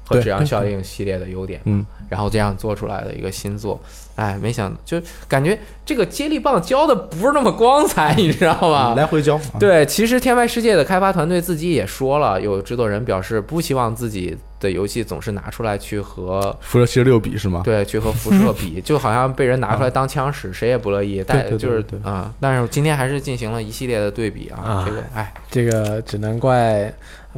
Speaker 2: 和
Speaker 3: 对
Speaker 2: 质量效应系列的优点。
Speaker 3: 嗯，
Speaker 2: 然后这样做出来的一个新作，哎，没想就感觉这个接力棒教的不是那么光彩，你知道吧？
Speaker 3: 来回教。啊，
Speaker 2: 对，其实《天外世界》的开发团队自己也说了，有制作人表示不希望自己的游戏总是拿出来去和
Speaker 3: 辐射七十六比是吗？
Speaker 2: 对去和辐射 比，就好像被人拿出来当枪使，谁也不乐意。但
Speaker 3: 啊对对
Speaker 2: 就是
Speaker 3: 对
Speaker 2: 啊，但是今天还是进行了一系列的对比啊
Speaker 4: 啊，
Speaker 2: 这个哎，
Speaker 4: 这个只能怪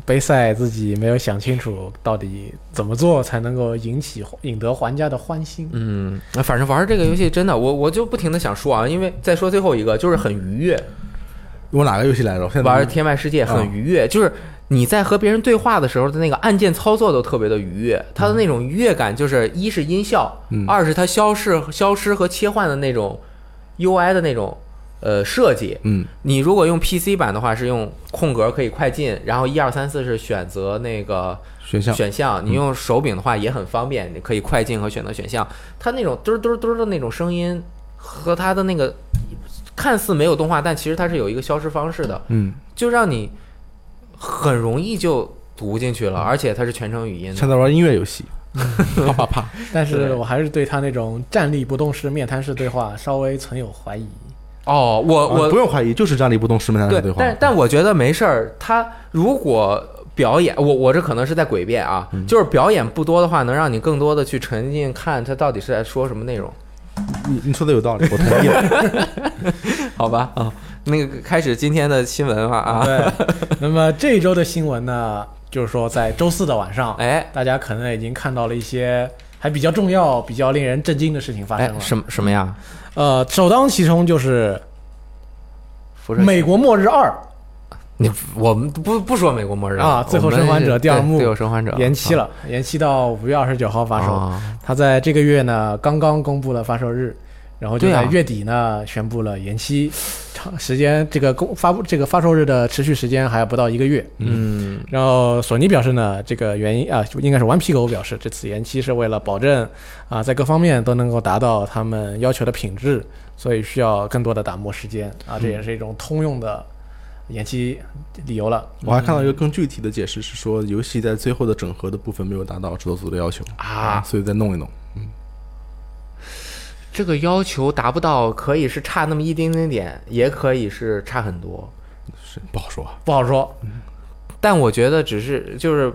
Speaker 4: 杯赛自己没有想清楚到底怎么做才能够引起引得玩家的欢心。
Speaker 2: 嗯，那反正玩这个游戏真的，我我就不停的想说啊，因为再说最后一个就是很愉悦，
Speaker 3: 我哪个游戏来着？我现在
Speaker 2: 玩《天外世界》
Speaker 3: 啊
Speaker 2: 很愉悦，就是你在和别人对话的时候的那个按键操作都特别的愉悦，它的那种愉悦感就是一是音效，
Speaker 3: 嗯
Speaker 2: 二是它消逝、消失和切换的那种 UI 的那种呃设计。
Speaker 3: 嗯，
Speaker 2: 你如果用 PC 版的话，是用空格可以快进，然后一二三四是选择那个
Speaker 3: 选项
Speaker 2: 选项，你用手柄的话也很方便，你可以快进和选择选项。它那种嘟儿嘟儿嘟儿的那种声音和它的那个看似没有动画，但其实它是有一个消失方式的，
Speaker 3: 嗯，
Speaker 2: 就让你很容易就读进去了，而且它是全程语音
Speaker 3: 像
Speaker 2: 的。
Speaker 3: 在玩音乐游戏，嗯啪啪啪，
Speaker 4: 但
Speaker 2: 嗯对
Speaker 4: 是我还是对他那种站立不动式面瘫式对话稍微存有怀疑。
Speaker 2: 哦，我
Speaker 3: 啊
Speaker 2: 我
Speaker 3: 不用怀疑，就是这样的一部动十面男的对
Speaker 2: 对，
Speaker 3: 话。
Speaker 4: 嗯
Speaker 2: 但但我觉得没事儿。他如果表演，我我这可能是在诡辩啊，
Speaker 4: 嗯
Speaker 2: 就是表演不多的话，能让你更多的去沉浸看他到底是在说什么内容，
Speaker 3: 你你说的有道理，我同意了。
Speaker 2: 好吧？
Speaker 4: 嗯
Speaker 2: 啊，那个开始今天的新闻了啊，
Speaker 4: 对，那么这一周的新闻呢，就是说在周四的晚上，
Speaker 2: 哎
Speaker 4: 大家可能已经看到了一些还比较重要、比较令人震惊的事情发生
Speaker 2: 哎
Speaker 4: 了。，
Speaker 2: 什么什么呀？
Speaker 4: 呃，首当其冲就是
Speaker 2: 辐射
Speaker 4: 《美国末日二
Speaker 2: 你我们不不说美国末日了
Speaker 4: 啊最后
Speaker 2: 我们
Speaker 4: 生还者第二幕
Speaker 2: 对最后生还者》
Speaker 4: 延期
Speaker 2: 了，
Speaker 4: 了，延期到五月二十九号发售。
Speaker 2: 啊
Speaker 4: 它在这个月呢刚刚公布了发售日，然后就
Speaker 2: 对啊
Speaker 4: 在月底呢、宣布了延期，长时间这个公发布这个发售日的持续时间还不到一个月。
Speaker 2: 嗯，
Speaker 4: 然后索尼表示呢，这个原因啊，就应该是顽皮狗表示，这次延期是为了保证啊，在各方面都能够达到他们要求的品质，所以需要更多的打磨时间啊，这也是一种通用的延期理由了。
Speaker 3: 我还看
Speaker 2: 嗯
Speaker 3: 到一个更具体的解释是说，游戏在最后的整合的部分没有达到制作组的要求
Speaker 2: 啊
Speaker 3: 所以再弄一弄。
Speaker 2: 这个要求达不到，可以是差那么一丁丁点，也可以是差很多。
Speaker 3: 是不好说啊，
Speaker 4: 不好说，
Speaker 2: 但我觉得只是就是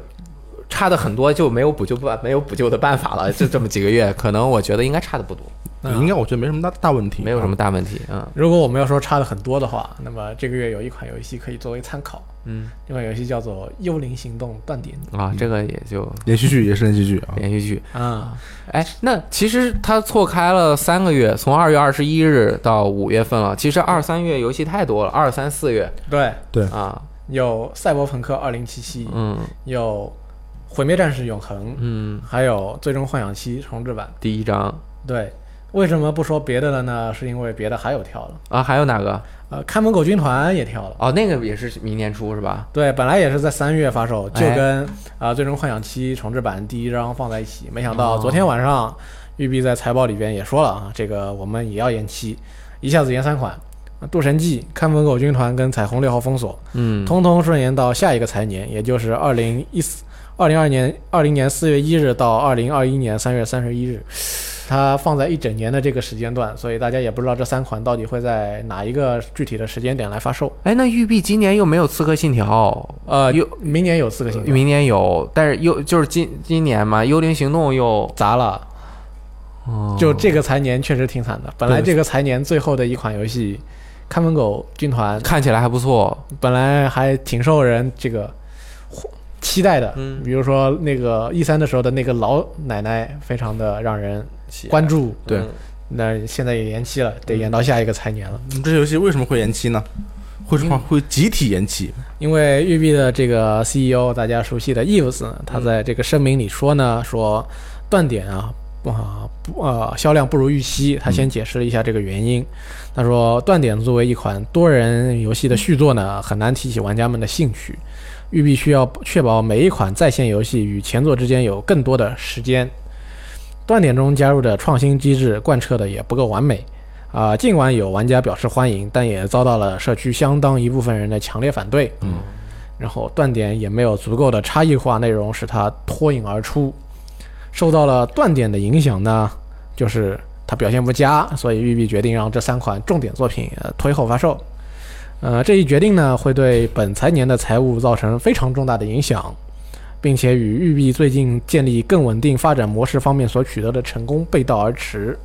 Speaker 2: 差的很多，就没有补救办没有补救的办法了。就这么几个月，可能我觉得应该差的不多，
Speaker 4: 嗯
Speaker 3: 应该我觉得没什么大大问题，啊
Speaker 2: 没有什么大问题。嗯，
Speaker 4: 如果我们要说差的很多的话，那么这个月有一款游戏可以作为参考，
Speaker 2: 嗯，
Speaker 4: 这款游戏叫做《幽灵行动：断点
Speaker 2: 啊，这个也就
Speaker 3: 连续剧也是连续剧啊。
Speaker 2: 连续剧。》
Speaker 4: 啊，
Speaker 2: 哎，那其实它错开了三个月，从二月二十一日到五月份了。其实二三月游戏太多了，二三四月
Speaker 4: 对，
Speaker 2: 啊，
Speaker 4: 有《赛博朋克2077》，
Speaker 2: 嗯
Speaker 4: 有《毁灭战士：永恒》，
Speaker 2: 嗯，
Speaker 4: 还有《最终幻想七》重置版。
Speaker 2: 第一章
Speaker 4: 对，为什么不说别的了呢？是因为别的还有跳了，
Speaker 2: 啊，还有哪个？
Speaker 4: 呃，看门狗军团也跳了。
Speaker 2: 哦，那个也是明年出是吧？
Speaker 4: 对，本来也是在三月发售，就
Speaker 2: 哎
Speaker 4: 跟啊、呃最终幻想七》重置版第一章放在一起。没想到
Speaker 2: 哦
Speaker 4: 昨天晚上，育碧在财报里边也说了啊，这个我们也要延期，一下子延三款。呃渡神记、看门狗军团跟彩虹六号封锁，
Speaker 2: 嗯，
Speaker 4: 通通顺延到下一个财年，也就是二零一四、二零二年、二零年四月一日到二零二一年三月三十一日，它放在一整年的这个时间段，所以大家也不知道这三款到底会在哪一个具体的时间点来发售。
Speaker 2: 哎，那育碧今年又没有《刺客信条》，
Speaker 4: 呃，
Speaker 2: 又
Speaker 4: 明年有四个星期，
Speaker 2: 明年有，但是又就是今今年嘛，《幽灵行动》又
Speaker 4: 砸了。就这个财年确实挺惨的，本来这个财年最后的一款游戏《看门狗军团》
Speaker 2: 看起来还不错，
Speaker 4: 本来还挺受人这个期待的，
Speaker 2: 嗯
Speaker 4: 比如说那个 E 三的时候的那个老奶奶，非常的让人关注。
Speaker 3: 对
Speaker 2: 嗯
Speaker 4: 那现在也延期了，得延到下一个财年了。
Speaker 3: 你们这游戏为什么会延期呢？会
Speaker 2: 嗯
Speaker 3: 什么会集体延期？
Speaker 4: 因为育碧的这个 CEO，大家熟悉的 Eves，呢他在这个声明里说呢，说断点啊。啊不啊，销量不如预期。他先解释了一下这个原因。他说，《断点》作为一款多人游戏的续作呢，很难提起玩家们的兴趣。育碧需要确保每一款在线游戏与前作之间有更多的时间。断点中加入的创新机制贯彻的也不够完美，啊、尽管有玩家表示欢迎，但也遭到了社区相当一部分人的强烈反对。嗯，然后断点也没有足够的差异化内容使它脱颖而出。受到了断点的影响呢，就是它表现不佳，所以育碧决定让这三款重点作品呃推后发售。呃，这一决定呢，会对本财年的财务造成非常重大的影响，并且与育碧最近建立更稳定发展模式方面所取得的成功背道而驰。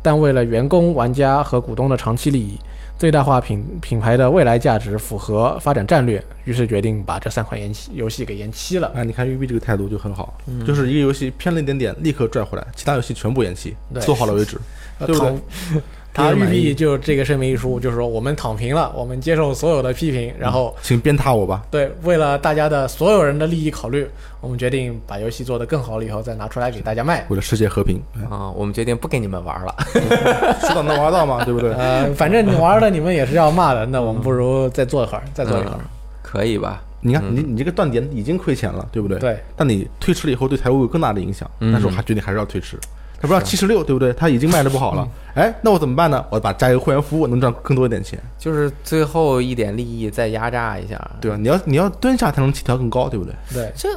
Speaker 4: 但为了员工、玩家和股东的长期利益，最大化品品牌的未来价值符合发展战略，于是决定把这三款延期游戏给延期了。
Speaker 3: 啊，你看育碧这个态度就很好，
Speaker 2: 嗯
Speaker 3: 就是一个游戏偏了一点点，立刻拽回来，其他游戏全部延期，
Speaker 4: 对
Speaker 3: 做好了为止。
Speaker 4: 呃
Speaker 3: 对不对
Speaker 4: 躺他
Speaker 3: 令人
Speaker 4: 育
Speaker 3: 满意
Speaker 4: 碧就这个声明一出，就是说我们躺平了，我们接受所有的批评，然后
Speaker 3: 请鞭挞我吧。
Speaker 4: 对为了大家的所有人的利益考虑，我们决定把游戏做得更好了以后再拿出来给大家卖。
Speaker 3: 为了世界和平，哎
Speaker 2: 啊，我们决定不跟你们玩了。
Speaker 3: 说到能玩到嘛，对不对？
Speaker 4: 呃，反正你玩了，你们也是要骂的，那我们不如再做一会儿，再做一会儿
Speaker 2: 嗯。可以吧？
Speaker 3: 你看，你你这个断点已经亏钱了，对不对？
Speaker 4: 对。
Speaker 3: 但你推迟了以后，对财务有更大的影响，
Speaker 2: 嗯
Speaker 3: 但是我还决定还是要推迟，他不知道七十六对不对？他已经卖的不好了，哎，那我怎么办呢？我把加一个会员服务，能赚更多一点钱，
Speaker 2: 就是最后一点利益再压榨一下。
Speaker 3: 对吧？你要你要蹲下才能起跳更高，对不对？
Speaker 4: 对，
Speaker 2: 这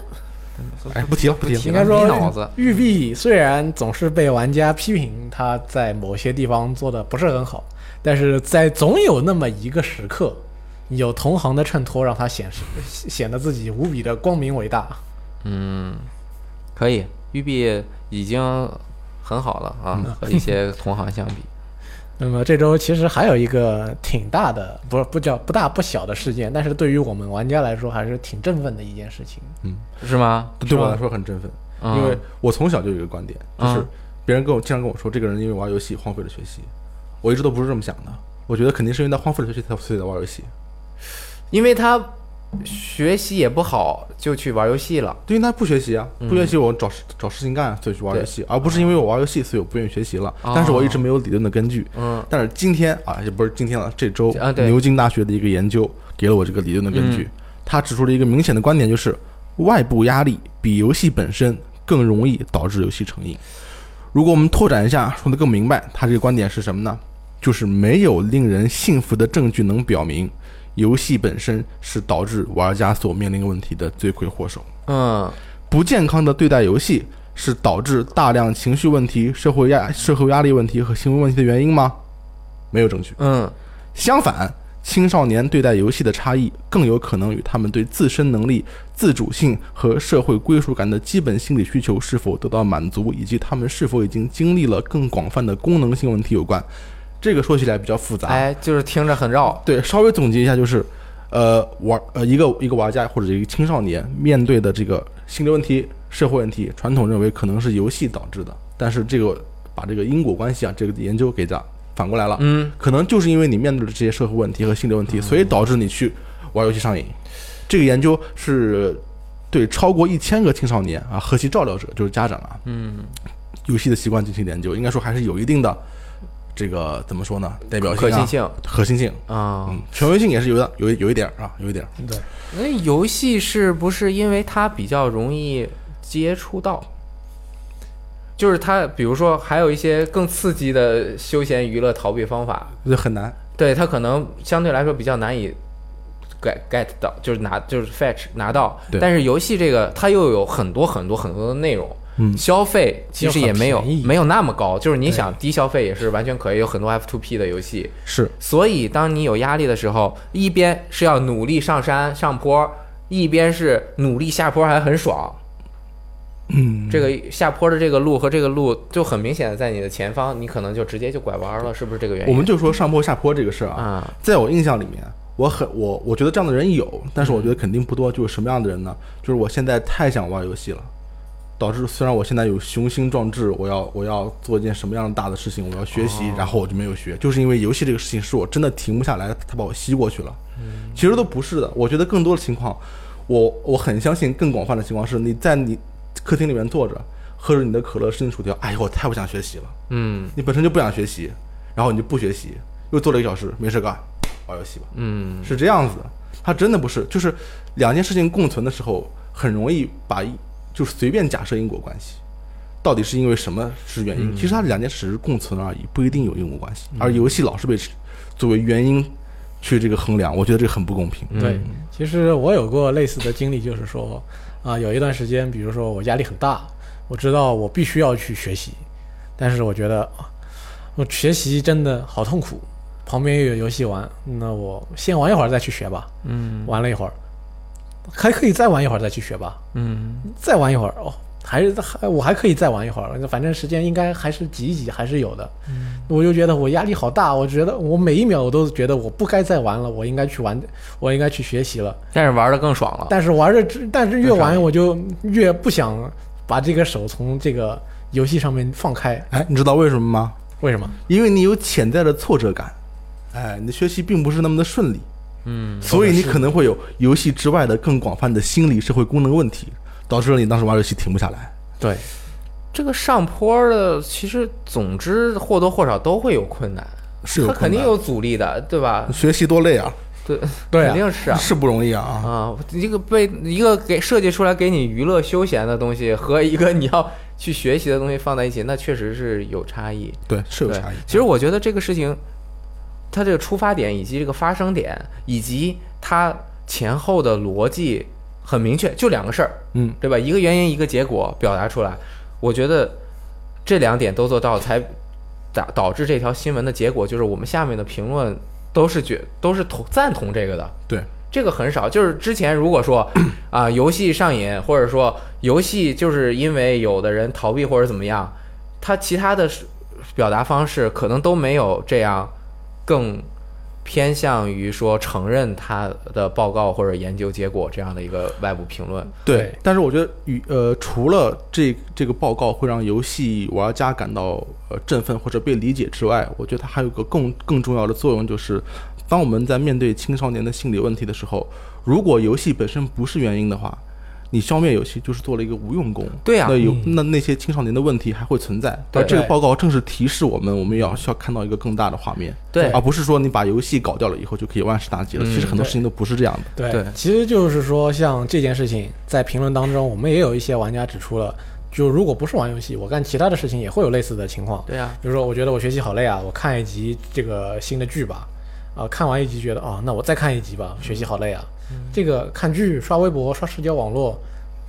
Speaker 3: 哎，不提了，不提了，
Speaker 4: 应该说
Speaker 2: 没脑子
Speaker 4: 育碧虽然总是被玩家批评它在某些地方做的不是很好，但是在总有那么一个时刻，有同行的衬托，让它显示显得自己无比的光明伟大。
Speaker 2: 嗯可以，育碧已经很好了啊，和一些同行相比。
Speaker 4: 那么这周其实还有一个挺大的，不是不叫不大不小的事件，但是对于我们玩家来说还是挺振奋的一件事情。
Speaker 2: 是吗？
Speaker 3: 对我来说很振奋，
Speaker 2: 嗯
Speaker 3: 因为我从小就有一个观点，就是
Speaker 2: 嗯
Speaker 3: 别人跟我经常跟我说，这个人因为玩游戏荒废了学习，我一直都不是这么想的。我觉得肯定是因为他荒废了学习，才所以在玩游戏。
Speaker 2: 因为他学习也不好，就去玩游戏了。
Speaker 3: 对，因为他不学习啊，
Speaker 2: 嗯
Speaker 3: 不学习我找事找事情干，啊所以去玩游戏，而不是因为我玩游戏，所以我不愿意学习了。
Speaker 2: 哦
Speaker 3: 但是我一直没有理论的根据。
Speaker 2: 嗯，
Speaker 3: 但是今天啊，也不是今天了，这周
Speaker 2: 啊对嗯
Speaker 3: 牛津大学的一个研究给了我这个理论的根据。他指出了一个明显的观点，就是外部压力比游戏本身更容易导致游戏成瘾。如果我们拓展一下，说的更明白，他这个观点是什么呢？就是没有令人信服的证据能表明，游戏本身是导致玩家所面临问题的罪魁祸首。
Speaker 2: 嗯，
Speaker 3: 不健康的对待游戏是导致大量情绪问题、社会压、社会压力问题和行为问题的原因吗？没有证据。
Speaker 2: 嗯，
Speaker 3: 相反，青少年对待游戏的差异更有可能与他们对自身能力、自主性和社会归属感的基本心理需求是否得到满足，以及他们是否已经经历了更广泛的功能性问题有关。这个说起来比较复杂。
Speaker 2: 哎，就是听着很绕。
Speaker 3: 对，稍微总结一下就是，呃，玩呃一个一个玩家或者一个青少年面对的这个心理问题、社会问题，传统认为可能是游戏导致的，但是这个把这个因果关系啊，这个研究给它反过来了，
Speaker 2: 嗯，
Speaker 3: 可能就是因为你面对了这些社会问题和心理问题，所以导致你去玩游戏上瘾。这个研究是对超过一千个青少年啊和其照料者，就是家长啊，嗯，游戏的习惯进行研究，应该说还是有一定的。这个怎么说呢？代表性、啊、
Speaker 2: 可信性
Speaker 3: 可信性
Speaker 2: 啊、
Speaker 3: 嗯，权威性也是有的，有一有一点儿啊，有一点儿。
Speaker 4: 对，
Speaker 2: 那游戏是不是因为它比较容易接触到？就是它，比如说还有一些更刺激的休闲娱乐逃避方法，
Speaker 3: 这很难。
Speaker 2: 对它可能相对来说比较难以 get get 到，就是拿就是 fetch 拿到。
Speaker 3: 对
Speaker 2: 但是游戏这个它又有很多很多很多的内容，嗯，消费其实也没有
Speaker 4: 又很便宜
Speaker 2: 没有那么高，就是你想低消费也是完全可以，有很多 F to P 的游戏。
Speaker 3: 是，
Speaker 2: 所以当你有压力的时候，一边是要努力上山上坡，一边是努力下坡还很爽。嗯，这个下坡的这个路和这个路就很明显的在你的前方，你可能就直接就拐弯了，是不是这个原因？
Speaker 3: 我们就说上坡下坡这个事儿啊，
Speaker 2: 啊，
Speaker 3: 在我印象里面，我很我我觉得这样的人有，但是我觉得肯定不多。就是什么样的人呢？就是我现在太想玩游戏了。导致虽然我现在有雄心壮志，我要我要做一件什么样的大的事情，我要学习，然后我就没有学，就是因为游戏这个事情是我真的停不下来，它把我吸过去了。其实都不是的，我觉得更多的情况，我我很相信更广泛的情况是，你在你客厅里面坐着，喝着你的可乐，吃你薯条，哎呦，我太不想学习了。
Speaker 2: 嗯
Speaker 3: 你本身就不想学习，然后你就不学习，又坐了一个小时，没事干，玩游戏吧，
Speaker 2: 嗯。
Speaker 3: 是这样子的。它真的不是，就是两件事情共存的时候，很容易把一就是随便假设因果关系，到底是因为什么是原因？其实它两件事只是共存而已，不一定有因果关系。而游戏老是被作为原因去这个衡量，我觉得这个很不公平。
Speaker 4: 对，其实我有过类似的经历，就是说，啊、有一段时间，比如说我压力很大，我知道我必须要去学习，但是我觉得啊我学习真的好痛苦，旁边又有游戏玩，那我先玩一会儿再去学吧。嗯，玩了一会儿，还可以再玩一会儿再去学吧。
Speaker 2: 嗯
Speaker 4: 再玩一会儿哦，还是还我还可以再玩一会儿，反正时间应该还是挤一挤还是有的。我就觉得我压力好大，我觉得我每一秒我都觉得我不该再玩了，我应该去玩，我应该去学习了。，
Speaker 2: 但是玩的更爽了。
Speaker 4: 但是玩着之，但是越玩我就越不想把这个手从这个游戏上面放开，
Speaker 3: 哎，你知道为什么吗？
Speaker 4: 为什么？
Speaker 3: 因为你有潜在的挫折感，哎，你的学习并不是那么的顺利，嗯，所以你可能会有游戏之外的更广泛的心理社会功能问题，导致了你当时玩游戏停不下来。
Speaker 4: 对，
Speaker 2: 这个上坡的，其实总之或多或少都会有困难，
Speaker 3: 是有
Speaker 2: 它肯
Speaker 3: 困难
Speaker 2: 定有阻力的，对吧？
Speaker 3: 学习多累啊，
Speaker 2: 对，
Speaker 4: 对啊
Speaker 2: 肯定是啊。
Speaker 3: 是不容易啊。
Speaker 2: 啊，一个被一个给设计出来给你娱乐休闲的东西，和一个你要去学习的东西放在一起，那确实是有差异。
Speaker 3: 对，是有
Speaker 2: 对
Speaker 3: 差异。
Speaker 2: 其实我觉得这个事情，它这个出发点以及这个发生点，以及它前后的逻辑很明确，就两个事儿，
Speaker 3: 嗯，
Speaker 2: 对吧？一个原因，一个结果，表达出来。我觉得这两点都做到，才导导致这条新闻的结果就是我们下面的评论都是觉都是同赞同这个的，
Speaker 3: 对，
Speaker 2: 这个很少，就是之前如果说 啊、游戏上瘾，或者说游戏就是因为有的人逃避或者怎么样，他其他的是表达方式可能都没有这样更偏向于说承认他的报告或者研究结果这样的一个外部评论。
Speaker 3: 对
Speaker 4: 对，
Speaker 3: 但是我觉得与呃，除了这这个报告会让游戏玩家感到呃振奋或者被理解之外，我觉得它还有一个更更重要的作用，就是当我们在面对青少年的心理问题的时候，如果游戏本身不是原因的话，你消灭游戏就是做了一个无用功。
Speaker 2: 对啊
Speaker 3: 那有那那些青少年的问题还会存在，
Speaker 2: 对
Speaker 3: 而这个
Speaker 4: 对
Speaker 3: 报告正是提示我们，我们要需要看到一个更大的画面，
Speaker 2: 对
Speaker 3: 而不是说你把游戏搞掉了以后就可以万事大吉了。
Speaker 2: 嗯
Speaker 3: 其实很多
Speaker 4: 对
Speaker 3: 事情都不是这样的。
Speaker 4: 对，
Speaker 2: 对
Speaker 4: 其实就是说，像这件事情，在评论当中，我们也有一些玩家指出了，就如果不是玩游戏，我干其他的事情也会有类似的情况。
Speaker 2: 对啊，
Speaker 4: 比如说，我觉得我学习好累啊，我看一集这个新的剧吧，啊、看完一集觉得哦，那我再看一集吧，学习好累啊。这个看剧、刷微博、刷社交网络，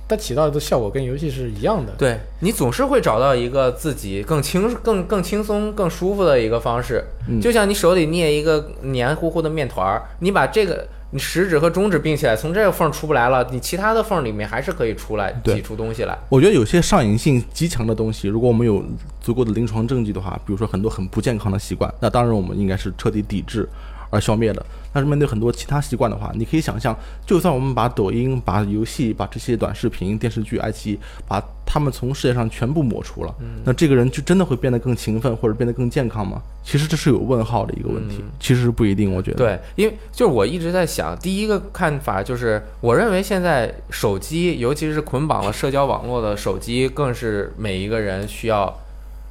Speaker 4: 它起到的效果跟游戏是一样的。
Speaker 2: 对你总是会找到一个自己更轻、更更轻松、更舒服的一个方式。就像你手里捏一个黏糊糊的面团儿，你把这个你食指和中指并起来，从这个缝儿出不来了，你其他的缝儿里面还是可以出来
Speaker 3: 对
Speaker 2: 挤出东西来。
Speaker 3: 我觉得有些上瘾性极强的东西，如果我们有足够的临床证据的话，比如说很多很不健康的习惯，那当然我们应该是彻底抵制而消灭的。但是面对很多其他习惯的话，你可以想象，就算我们把抖音、把游戏、把这些短视频、电视剧、爱奇艺，把他们从世界上全部抹除了，
Speaker 2: 嗯
Speaker 3: 那这个人就真的会变得更勤奋或者变得更健康吗？其实这是有问号的一个问题，其实是不一定，我觉
Speaker 2: 嗯
Speaker 3: 得。
Speaker 2: 对，因为就是我一直在想，第一个看法就是，我认为现在手机，尤其是捆绑了社交网络的手机，更是每一个人需要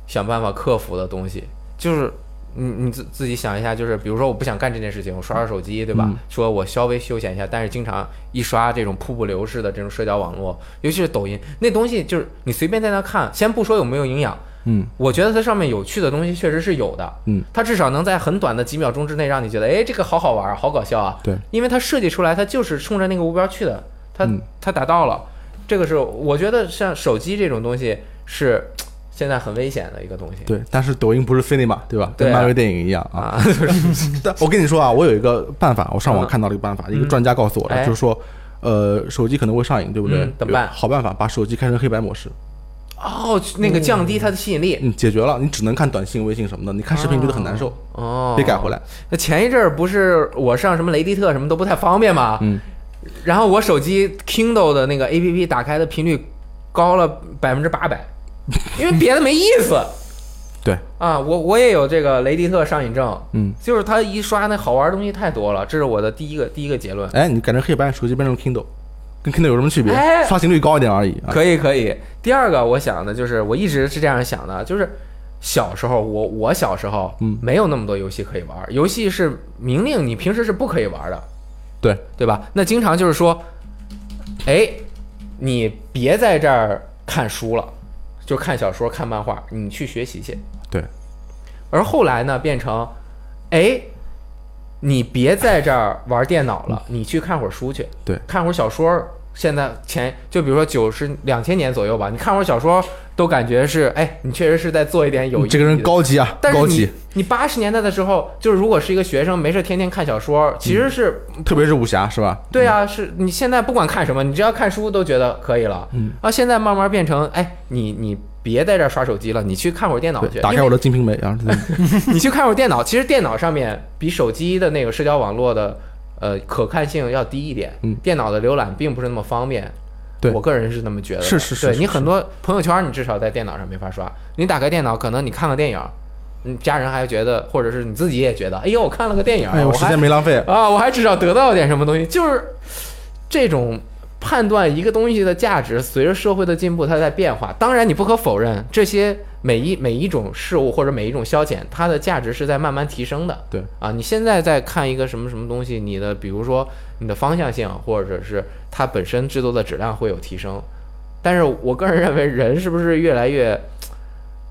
Speaker 2: 想办法克服的东西。就是你你自自己想一下，就是比如说我不想干这件事情，我刷刷手机，对吧？
Speaker 3: 嗯
Speaker 2: 说我稍微休闲一下，但是经常一刷这种瀑布流式的这种社交网络，尤其是抖音那东西，就是你随便在那看，先不说有没有营养，
Speaker 3: 嗯
Speaker 2: 我觉得它上面有趣的东西确实是有的，
Speaker 3: 嗯，
Speaker 2: 它至少能在很短的几秒钟之内让你觉得，哎，这个好好玩儿，好搞笑啊！
Speaker 3: 对，
Speaker 2: 因为它设计出来，它就是冲着那个目标去的，它、
Speaker 3: 嗯
Speaker 2: 它达到了。这个是我觉得像手机这种东西是现在很危险的一个东西。
Speaker 3: 对，但是抖音不是 cinema，对吧？
Speaker 2: 对
Speaker 3: 跟
Speaker 2: 啊
Speaker 3: 漫威电影一样啊。
Speaker 2: 啊， 就是
Speaker 3: 但我跟你说啊，我有一个办法，我上网
Speaker 2: 嗯
Speaker 3: 看到了一个办法，一个专家告诉我的，
Speaker 2: 哎
Speaker 3: 就是说，呃，手机可能会上瘾，对不对？
Speaker 2: 嗯怎么办
Speaker 3: 有好办法，把手机开成黑白模式，
Speaker 2: 哦，那个降低它的吸引力。
Speaker 3: 嗯，解决了，你只能看短信、微信什么的，你看视频觉得很难受，
Speaker 2: 哦，
Speaker 3: 得改回来。
Speaker 2: 那前一阵儿不是我上什么雷迪特什么都不太方便嘛，
Speaker 3: 嗯，
Speaker 2: 然后我手机 Kindle 的那个 APP 打开的频率高了百分之八 百，因为别的没意思
Speaker 3: 对，
Speaker 2: 啊。我我也有这个雷迪特上瘾症，
Speaker 3: 嗯，
Speaker 2: 就是他一刷那好玩的东西太多了，这是我的第一个第一个结论。
Speaker 3: 哎，你改成黑白，手机变成 Kindle，跟 Kindle 有什么区别？
Speaker 2: 哎
Speaker 3: 刷新率高一点而已啊。
Speaker 2: 可以可以。第二个我想的就是，我一直是这样想的，就是小时候我我小时候
Speaker 3: 嗯
Speaker 2: 没有那么多游戏可以玩，游戏是明令你平时是不可以玩的，
Speaker 3: 对
Speaker 2: 对吧？那经常就是说，哎，你别在这儿看书了，就看小说、看漫画，你去学习去。
Speaker 3: 对，
Speaker 2: 而后来呢，变成，哎，你别在这儿玩电脑了，你去看会儿书去。
Speaker 3: 嗯对
Speaker 2: 看会儿小说。现在前就比如说九十两千年左右吧，你看会儿小说都感觉是，哎，你确实是在做一点有
Speaker 3: 你
Speaker 2: 意义
Speaker 3: 这个人
Speaker 2: 的
Speaker 3: 高级啊，
Speaker 2: 但
Speaker 3: 高
Speaker 2: 是你
Speaker 3: 级，
Speaker 2: 你八十年代的时候，就是如果是一个学生，没事天天看小说，其实是、
Speaker 3: 特别是武侠是吧？
Speaker 2: 对啊，是你现在不管看什么，你只要看书都觉得可以了。
Speaker 3: 嗯，
Speaker 2: 啊，现在慢慢变成，哎，你你别在这儿刷手机了，你去看会儿电脑去
Speaker 3: 对，，打
Speaker 2: 因
Speaker 3: 开
Speaker 2: 为
Speaker 3: 我的《金瓶梅》啊，
Speaker 2: 你去看会儿电脑。其实电脑上面比手机的那个社交网络的呃可看性要低一点，
Speaker 3: 嗯
Speaker 2: 电脑的浏览并不是那么方便。
Speaker 3: 对
Speaker 2: 我个人是那么觉得的，
Speaker 3: 是是是
Speaker 2: 对
Speaker 3: 是
Speaker 2: 你
Speaker 3: 是
Speaker 2: 很多朋友圈，你至少在电脑上没法刷。你打开电脑，可能你看个电影，你家人还觉得，或者是你自己也觉得，哎呦，我看了个电影，
Speaker 3: 哎，我
Speaker 2: 我
Speaker 3: 时
Speaker 2: 还
Speaker 3: 间没浪费，
Speaker 2: 啊，我还至少得到点什么东西。就是这种判断一个东西的价值，随着社会的进步，它在变化。当然，你不可否认，这些每一每一种事物或者每一种消遣，它的价值是在慢慢提升的。
Speaker 3: 对
Speaker 2: 啊，你现在在看一个什么什么东西，你的比如说你的方向性，或者是它本身制作的质量会有提升。但是我个人认为，人是不是越来越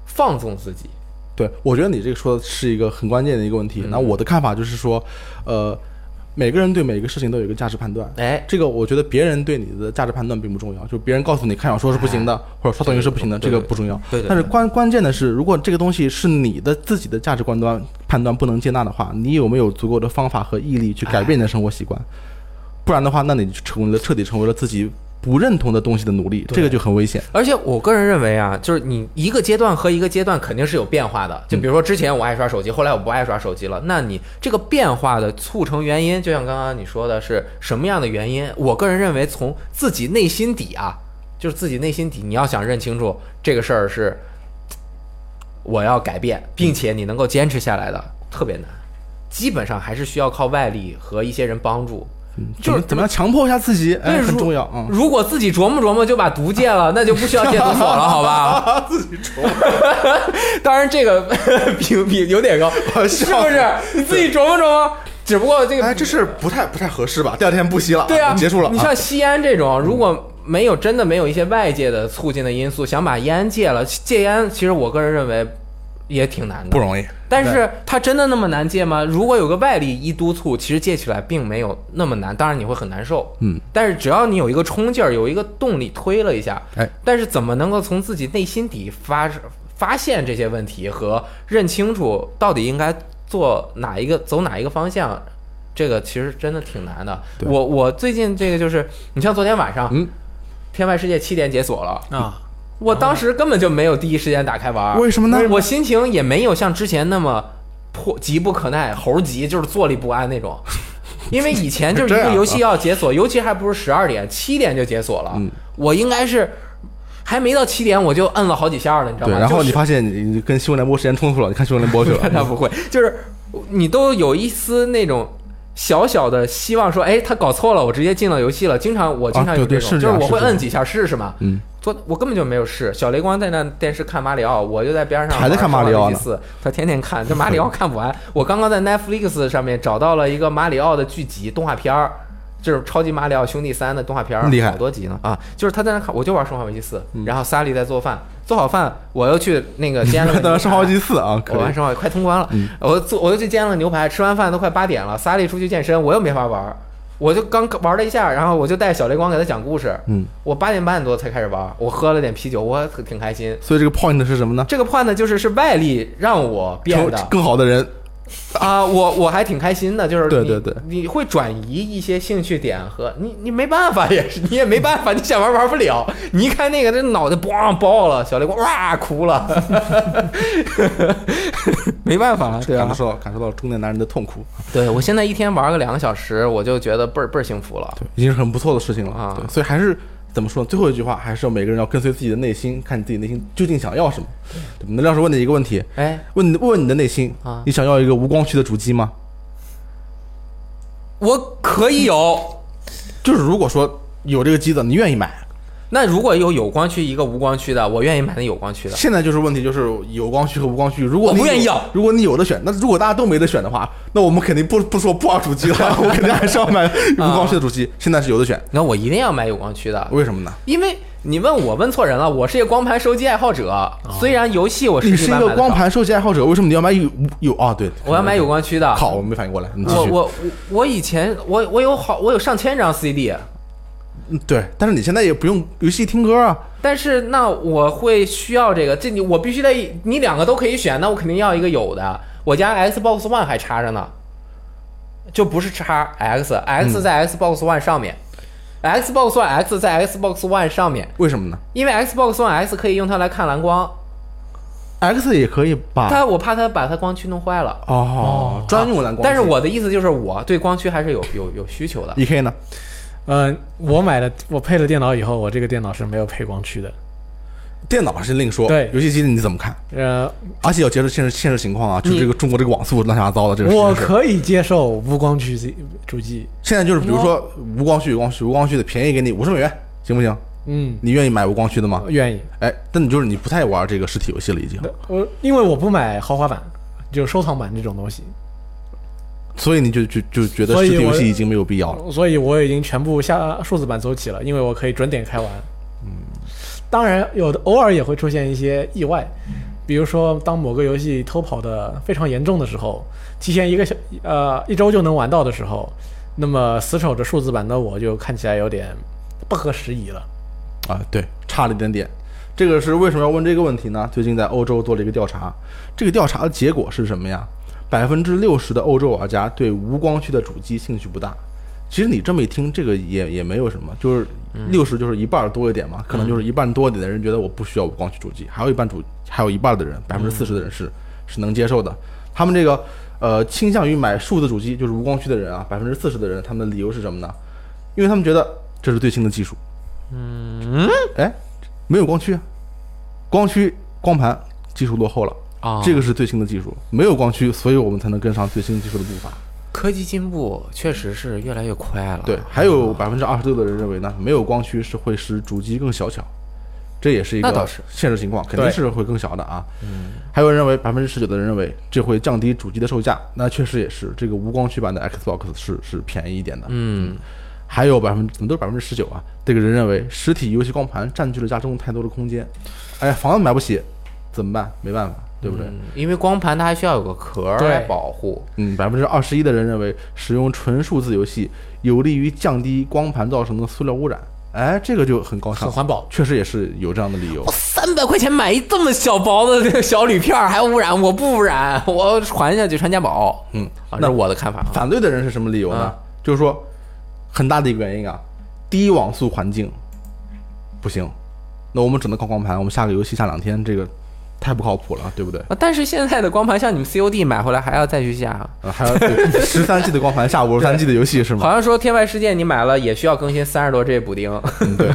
Speaker 2: 放纵自己？
Speaker 3: 对，我觉得你这个说的是一个很关键的一个问
Speaker 2: 嗯
Speaker 3: 题。那我的看法就是说，呃，每个人对每个事情都有一个价值判断。
Speaker 2: 哎，
Speaker 3: 这个我觉得别人对你的价值判断并不重要，就别人告诉你看小说是不行的，或者刷抖音是不行的，
Speaker 2: 哎对
Speaker 3: 这
Speaker 2: 对
Speaker 3: 个不重要。
Speaker 2: 对对对
Speaker 3: 但是关关键的是，如果这个东西是你的自己的价值观端判断不能接纳的话，你有没有足够的方法和毅力去改
Speaker 2: 哎
Speaker 3: 变你的生活习惯？不然的话，那你就成为了彻底成为了自己不认同的东西的奴隶，这个就很危险。
Speaker 2: 而且我个人认为啊，就是你一个阶段和一个阶段肯定是有变化的。就比如说之前我爱刷手机，后来我不爱刷手机了。那你这个变化的促成原因，就像刚刚你说的是什么样的原因？我个人认为，从自己内心底啊，就是自己内心底，你要想认清楚这个事儿是我要改变，并且你能够坚持下来的，特别难。基本上还是需要靠外力和一些人帮助。
Speaker 3: 怎么怎么样强迫一下自己，哎，
Speaker 2: 对
Speaker 3: 很
Speaker 2: 如
Speaker 3: 重要啊。嗯
Speaker 2: 如果自己琢磨琢磨就把毒戒了，那就不需要戒毒所 了，好吧？自己琢 磨，当然这个评比有点 高，是不是？你自己琢磨琢磨，只不过这个
Speaker 3: 哎，这事儿不太不太合适吧？第二天不吸了，
Speaker 2: 对啊，
Speaker 3: 结束了。
Speaker 2: 你
Speaker 3: 啊
Speaker 2: 像吸烟这种，如果没有真的没有一些外界的促进的因素，想把烟戒了，戒烟其实我个人认为也挺难的，
Speaker 3: 不容易，
Speaker 2: 但是它真的那么难戒吗？如果有个外力一督促，其实戒起来并没有那么难，当然你会很难受，
Speaker 3: 嗯，
Speaker 2: 但是只要你有一个冲劲儿，有一个动力推了一下，
Speaker 3: 哎，
Speaker 2: 但是怎么能够从自己内心底发发现这些问题和认清楚到底应该做哪一个走哪一个方向？这个其实真的挺难的。
Speaker 3: 对
Speaker 2: 我我最近这个就是，你像昨天晚上，
Speaker 3: 嗯，
Speaker 2: 天外世界七点解锁了，
Speaker 4: 啊，
Speaker 2: 我当时根本就没有第一时间打开玩儿，
Speaker 3: 为什么呢
Speaker 2: 我我心情也没有像之前那么迫急不可耐，猴急就是坐立不安那 种。因为以前就是一
Speaker 3: 这
Speaker 2: 个
Speaker 3: 样啊
Speaker 2: 游戏要解锁，尤其还不是十二点，七点就解锁了。
Speaker 3: 嗯
Speaker 2: 我应该是还没到七点，我就摁了好几下了，你知道
Speaker 3: 对，
Speaker 2: 吗？
Speaker 3: 然后
Speaker 2: 就是
Speaker 3: 你发现你你跟新闻联播时间冲突了，你看新闻联播 去
Speaker 2: 他
Speaker 3: 了。
Speaker 2: 不会，就是你都有一丝那种小小的希望，说，哎，他搞错了，我直接进了游戏了。经常我经常有
Speaker 3: 啊对
Speaker 2: 这种，
Speaker 3: 对是
Speaker 2: 就
Speaker 3: 这
Speaker 2: 是
Speaker 3: 样
Speaker 2: 我
Speaker 3: 是
Speaker 2: 会
Speaker 3: 这样
Speaker 2: 摁几下试试嘛。
Speaker 3: 嗯，
Speaker 2: 昨我根本就没有试。小雷光在那电视看马里奥，我就在边上
Speaker 3: 还在看马里奥呢
Speaker 2: 四，他天天看，这马里 奥看不完。我刚刚在 Netflix 上面找到了一个马里奥的剧集动画片儿。就是《超级马里奥兄弟三》的动画片儿，
Speaker 3: 厉害嗯
Speaker 2: 好多集呢啊！就是他在那看，我就玩《生化危机四》，然后萨利在做饭，做好饭，我又去那 个煎了个
Speaker 3: 当然，生化
Speaker 2: 牛
Speaker 3: 危
Speaker 2: 排
Speaker 3: 机四啊，可
Speaker 2: 我完
Speaker 3: 以。嗯
Speaker 2: 生化快通关了，我做我又去煎了牛排，吃完饭都快八点了，萨利出去健身，我又没法玩儿，我就刚玩了一下，然后我就带小雷光给他讲故事，
Speaker 3: 嗯，
Speaker 2: 我八点半多才开始玩儿，我喝了点啤酒，我挺开心。
Speaker 3: 所以这个 point 是什么呢？
Speaker 2: 这个 point 呢就是是外力让我变
Speaker 3: 成
Speaker 2: 的
Speaker 3: 更好的人，
Speaker 2: 啊、我我还挺开心的，就是
Speaker 3: 对
Speaker 2: 你
Speaker 3: 对对
Speaker 2: 你会转移一些兴趣点和你你没办法也是你也没办法，你想玩玩不了，你一看那个这脑袋咣爆了，小雷光哇哭了， 没办法，对啊
Speaker 3: 感，受到感受到中年男人的痛苦，
Speaker 2: 对我现在一天玩个两个小时，我就觉得倍儿倍儿幸福了。
Speaker 3: 已经是很不错的事情了。
Speaker 2: 啊
Speaker 3: 对，所以还是怎么说呢？最后一句话，还是要每个人要跟随自己的内心，看你自己内心究竟想要什么。对吧那廖师问你一个问题，
Speaker 2: 哎，
Speaker 3: 问你问问你的内心
Speaker 2: 啊
Speaker 3: 你想要一个无光驱的主机吗？
Speaker 2: 我可以有。
Speaker 3: 就是如果说有这个机子，你愿意买？
Speaker 2: 那如果有有光驱一个无光驱的，我愿意买那有光驱的。
Speaker 3: 现在就是问题，就是有光驱和无光驱。如果
Speaker 2: 我
Speaker 3: 你
Speaker 2: 不愿意
Speaker 3: 有
Speaker 2: 要
Speaker 3: 如果你有的选，那如果大家都没得选的话，那我们肯定不不说不玩主机 了，我肯定还是要买无光驱的主
Speaker 2: 啊
Speaker 3: 机。现在是有的选，
Speaker 2: 那我一定要买有光驱的，
Speaker 3: 为什么呢？
Speaker 2: 因为你问我问错人了，我是一个光盘收集爱好者。虽然游戏我
Speaker 3: 啊你
Speaker 2: 是
Speaker 3: 是
Speaker 2: 一
Speaker 3: 一
Speaker 2: 般买
Speaker 3: 个
Speaker 2: 得
Speaker 3: 光
Speaker 2: 到，
Speaker 3: 盘收集爱好者，为什么你要买有有啊？对，
Speaker 2: 我要买有光驱的。
Speaker 3: 靠，我没反应过来，你继
Speaker 2: 我
Speaker 3: 续。
Speaker 2: 我我我以前我我有好我有上千张 CD，
Speaker 3: 嗯对，但是你现在也不用游戏听歌啊，
Speaker 2: 但是那我会需要这个，这你我必须得你两个都可以选，那我肯定要一个有的。我家 Xbox One 还插着呢，就不是叉
Speaker 3: 嗯
Speaker 2: X，X 在 Xbox One 上面、x b o x One X 在 Xbox One 上面，
Speaker 3: 为什么呢
Speaker 2: 因为 Xbox One X 可以用它来看蓝光，
Speaker 3: ？X 也可以吧？
Speaker 2: 它我怕它把它光驱弄坏了。
Speaker 3: 哦，专用蓝光机。
Speaker 2: 但是我的意思就是，我对光驱还是有有有需求的。
Speaker 3: E K 呢？
Speaker 4: 呃，我买了，我配了电脑以后，我这个电脑是没有配光驱的。
Speaker 3: 电脑是另说，
Speaker 4: 对
Speaker 3: 游戏机你怎么看？
Speaker 4: 呃，
Speaker 3: 而且要接受现实现实情况啊，就
Speaker 2: 你
Speaker 3: 这个中国这个网速乱七八糟的，这个
Speaker 4: 我
Speaker 3: 实在是
Speaker 4: 可以接受无光驱机主机，
Speaker 3: 现在就是比如说无光驱、有光驱、无光驱的便宜给你五十美元，行不行？
Speaker 4: 嗯，
Speaker 3: 你愿意买无光驱的吗？
Speaker 4: 啊愿意。
Speaker 3: 哎，但你就是你不太玩这个实体游戏了，已经，
Speaker 4: 我因为我不买豪华版，就是收藏版这种东西，
Speaker 3: 所以你就就就觉得
Speaker 4: 所以
Speaker 3: 实体游
Speaker 4: 我
Speaker 3: 戏已经没有必要了。
Speaker 4: 所以我已经全部下数字版走起了，因为我可以准点开玩。嗯当然有的偶尔也会出现一些意外，比如说当某个游戏偷跑的非常严重的时候，提前一个小呃一周就能玩到的时候，那么死守着数字版的我就看起来有点不合时宜了。
Speaker 3: 啊，对，差了一点点。这个是为什么要问这个问题呢？最近在欧洲做了一个调查，这个调查的结果是什么呀？百分之六十的欧洲玩家对无光驱的主机兴趣不大。其实你这么一听，这个也也没有什么，就是六十就是一半儿多一点嘛，可能就是一半多一点的人觉得我不需要无光驱主机，还有一半主还有一半的人，百分之四十的人是是能接受的。他们这个呃倾向于买数字主机，就是无光驱的人啊，百分之四十的人，他们的理由是什么呢？因为他们觉得这是最新的技术，哎，没有光驱，啊，光驱光盘技术落后了
Speaker 2: 啊
Speaker 3: 这个是最新的技术，没有光驱，所以我们才能跟上最新技术的步伐。
Speaker 2: 科技进步确实是越来越快了。
Speaker 3: 对，还有百分之二十六的人认为呢，没有光驱是会使主机更小巧，这也是一
Speaker 2: 那倒
Speaker 3: 个
Speaker 2: 是嗯
Speaker 3: 现实情况，肯定是会更小的啊。还有认为百分之十九的人认为这会降低主机的售价，那确实也是，这个无光驱版的 Xbox 是是便宜一点的。
Speaker 2: 嗯，
Speaker 3: 还有百分怎么都是百分之十九啊？这个人认为实体游戏光盘占据了家中太多的空间，哎，房子买不起，怎么办？没办法，对不对？
Speaker 2: 嗯因为光盘它还需要有个壳儿
Speaker 4: 对
Speaker 2: 来保护。
Speaker 3: 嗯，百分之二十一的人认为使用纯数字游戏有利于降低光盘造成的塑料污染，哎，这个就很高尚，
Speaker 4: 很环保
Speaker 3: 确实也是有这样的理由
Speaker 2: 我。三百块钱买一这么小薄的这个小铝片儿，还污染？我不污染，我传下去传家宝。
Speaker 3: 嗯
Speaker 2: 啊，这
Speaker 3: 那
Speaker 2: 是我的看法啊。
Speaker 3: 反对的人是什么理由呢
Speaker 2: 啊？
Speaker 3: 就是说，很大的一个原因啊，低网速环境不行，那我们只能靠光盘，我们下个游戏下两天，这个太不靠谱了，对不对？
Speaker 2: 啊但是现在的光盘，像你们 COD 买回来还要再去下，
Speaker 3: 啊，还有十三 G 的光盘下五十三 G 的游戏是
Speaker 2: 好
Speaker 3: 吗？
Speaker 2: 像说《天外世界》你买了也需要更新三十多 G 补丁。
Speaker 3: 嗯，对。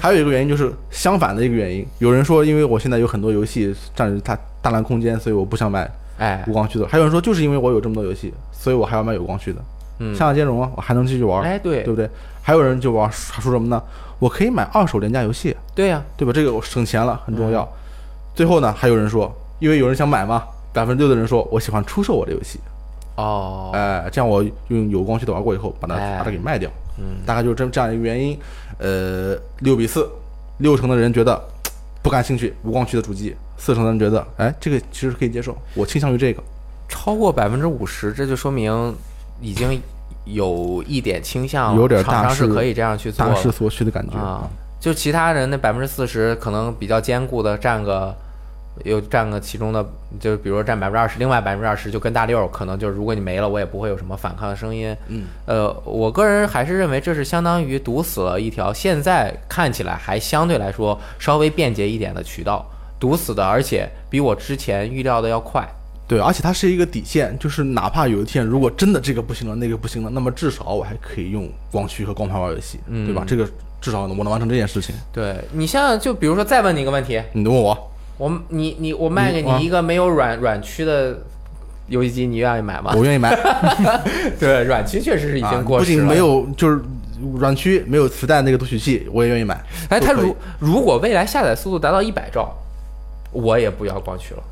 Speaker 3: 还有一个原因就是相反的一个原因，有人说因为我现在有很多游戏占着大大量空间，所以我不想买
Speaker 2: 哎
Speaker 3: 无，光驱的；还有人说就是因为我有这么多游戏，所以我还要买有光驱的。
Speaker 2: 嗯
Speaker 3: 向下兼容啊，我还能继续玩。
Speaker 2: 哎对
Speaker 3: 对不对？还有人就玩他说什么呢？我可以买二手廉价游戏，
Speaker 2: 对呀、
Speaker 3: 对吧？这个我省钱了，很重要。
Speaker 2: 嗯
Speaker 3: 最后呢，还有人说，因为有人想买嘛，百分之六的人说我喜欢出售我的游戏。
Speaker 2: 哦，
Speaker 3: 哎、这样我用有光驱的玩过以后，把它
Speaker 2: 哎
Speaker 3: 把它给卖掉，嗯，大概就是这这样一个原因。呃，六比四，六成的人觉得嘖不感兴趣无光驱的主机，四成的人觉得，哎，这个其实可以接受，我倾向于这个。
Speaker 2: 超过百分之五十，这就说明已经有一点倾向，
Speaker 3: 有点
Speaker 2: 厂
Speaker 3: 大
Speaker 2: 商
Speaker 3: 势
Speaker 2: 是可以这样去做
Speaker 3: 大势
Speaker 2: 的
Speaker 3: 所趋的感觉
Speaker 2: 啊。就其他人那百分之四十可能比较坚固的占个，又占个其中的，就比如说占百分之二十，另外百分之二十就跟大六，可能就是如果你没了，我也不会有什么反抗的声音。
Speaker 3: 嗯，
Speaker 2: 呃，我个人还是认为这是相当于堵死了一条现在看起来还相对来说稍微便捷一点的渠道，堵死的，而且比我之前预料的要快。
Speaker 3: 对，而且它是一个底线，就是哪怕有一天如果真的这个不行了，那个不行了，那么至少我还可以用光驱和光盘玩游戏，
Speaker 2: 嗯
Speaker 3: 对吧？这个至少我能完成这件事情。
Speaker 2: 对你像就比如说再问你一个问题，
Speaker 3: 你问我，
Speaker 2: 我你你我卖给你一啊个没有软软驱的游戏机，你愿意买吗？
Speaker 3: 我愿意买。
Speaker 2: 对，软驱确 实是已
Speaker 3: 啊
Speaker 2: 经过
Speaker 3: 不
Speaker 2: 时
Speaker 3: 仅
Speaker 2: 了。
Speaker 3: 没，有就是软驱，没有磁带那个读取器，我也愿意买。
Speaker 2: 哎，它
Speaker 3: 都可以
Speaker 2: 如如果未来下载速度达到一百兆，我也不要光驱了。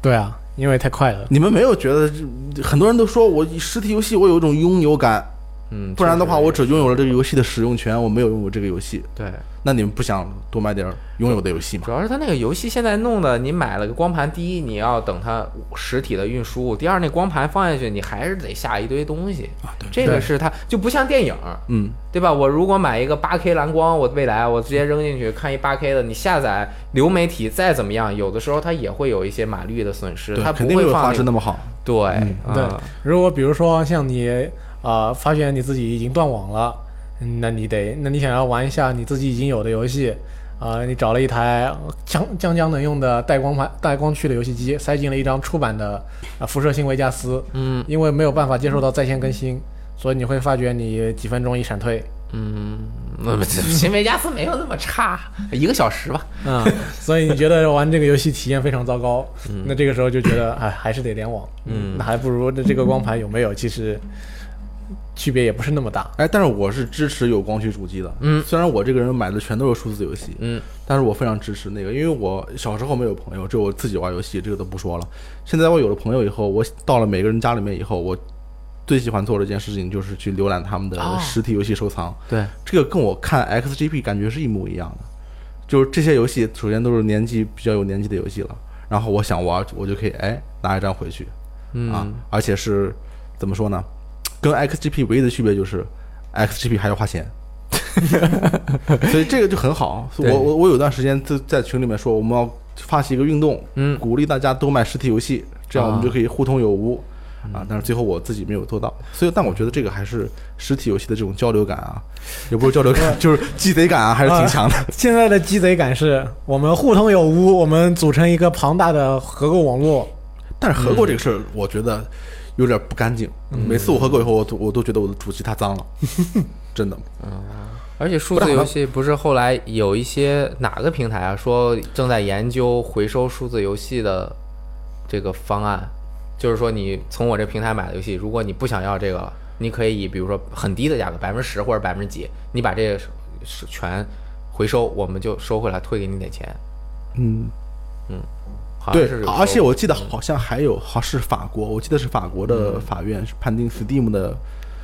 Speaker 4: 对啊，因为太快了。
Speaker 3: 你们没有觉得这很多人都说我实体游戏我有一种拥有感，
Speaker 2: 嗯，
Speaker 3: 不然的
Speaker 2: 确
Speaker 3: 话
Speaker 2: 实
Speaker 3: 我只拥有了这个游戏的使用权，我没有拥有这个游戏。
Speaker 2: 对，
Speaker 3: 那你们不想多买点儿拥有的游戏吗
Speaker 2: 主？要是它那个游戏现在弄的，你买了个光盘，第一你要等它实体的运输，第二那光盘放下去你还是得下一堆东西。
Speaker 3: 啊，对，
Speaker 2: 这个是它就不像电影，
Speaker 3: 嗯，
Speaker 2: 对吧？我如果买一个八 K 蓝光，我未来我直接扔进去看一八 K 的，你下载流媒体再怎么样，有的时候它也会有一些码率的损失，
Speaker 3: 对
Speaker 2: 它，不
Speaker 3: 肯定没
Speaker 2: 会
Speaker 3: 有
Speaker 2: 放
Speaker 3: 画质
Speaker 2: 那
Speaker 3: 那
Speaker 2: 个
Speaker 3: 么好。
Speaker 2: 对、
Speaker 3: 嗯
Speaker 4: 对
Speaker 2: 啊，
Speaker 4: 如果比如说像你啊，发现你自己已经断网了，嗯那你得，那你想要玩一下你自己已经有的游戏，啊、你找了一台将将将能用的带光盘、带光驱的游戏机，塞进了一张出版的啊、辐射性维加斯，
Speaker 2: 嗯
Speaker 4: 因为没有办法接受到在线更新，所以你会发觉你几分钟一闪退，
Speaker 2: 嗯，那么这新维加斯没有那么差，一个小时吧。
Speaker 4: 啊、所以你觉得玩这个游戏体验非常糟糕，
Speaker 2: 嗯
Speaker 4: 那这个时候就觉得哎，还是得联网，嗯，那还不如这这个光盘有没有，其实区别也不是那么大。
Speaker 3: 哎，但是我是支持有光驱主机的。
Speaker 2: 嗯
Speaker 3: 虽然我这个人买的全都是数字游戏，
Speaker 2: 嗯，
Speaker 3: 但是我非常支持那个，因为我小时候没有朋友，只有我自己玩游戏，这个都不说了。现在我有了朋友以后，我到了每个人家里面以后，我最喜欢做的一件事情就是去浏览他们的
Speaker 2: 哦
Speaker 3: 实体游戏收藏。
Speaker 2: 对，
Speaker 3: 这个跟我看 XGP 感觉是一模一样的。就是这些游戏，首先都是年纪比较有年纪的游戏了，然后我想玩，我就可以哎拿一张回去，
Speaker 2: 嗯
Speaker 3: 啊，而且是怎么说呢？跟 XGP 唯一的区别就是 XGP 还要 花钱，所以这个就很好。啊
Speaker 2: 对
Speaker 3: 我我我有段时间在在群里面说，我们要发起一个运动，
Speaker 2: 嗯
Speaker 3: 鼓励大家都买实体游戏，这样我们
Speaker 2: 啊嗯
Speaker 3: 就可以互通有无。啊，但是最后我自己没有做到，所以但我觉得这个还是实体游戏的这种交流感啊，也不是交流感，就是鸡贼感啊，还是挺强的。
Speaker 4: 现在的鸡贼感是我们互通有无，我们组成一个庞大的合购网络。
Speaker 3: 但是合购这个事儿，我觉得有点不干净。每次我合购以后，我都我都觉得我的主机它脏 了，真的。
Speaker 2: 而且数字游戏不是后来有一些哪个平台啊，说正在研究回收数字游戏的这个方案，就是说你从我这平台买的游戏，如果你不想要这个了，你可以以比如说很低的价格，百分之十或者百分之几，你把这个是全回收，我们就收回来退给你点钱。
Speaker 3: 嗯，
Speaker 2: 好像
Speaker 3: 对啊
Speaker 2: 是，有
Speaker 3: 而且
Speaker 2: 收
Speaker 3: 我记得好像还有，好像是法国，我记得是法国的法院是判定 Steam 的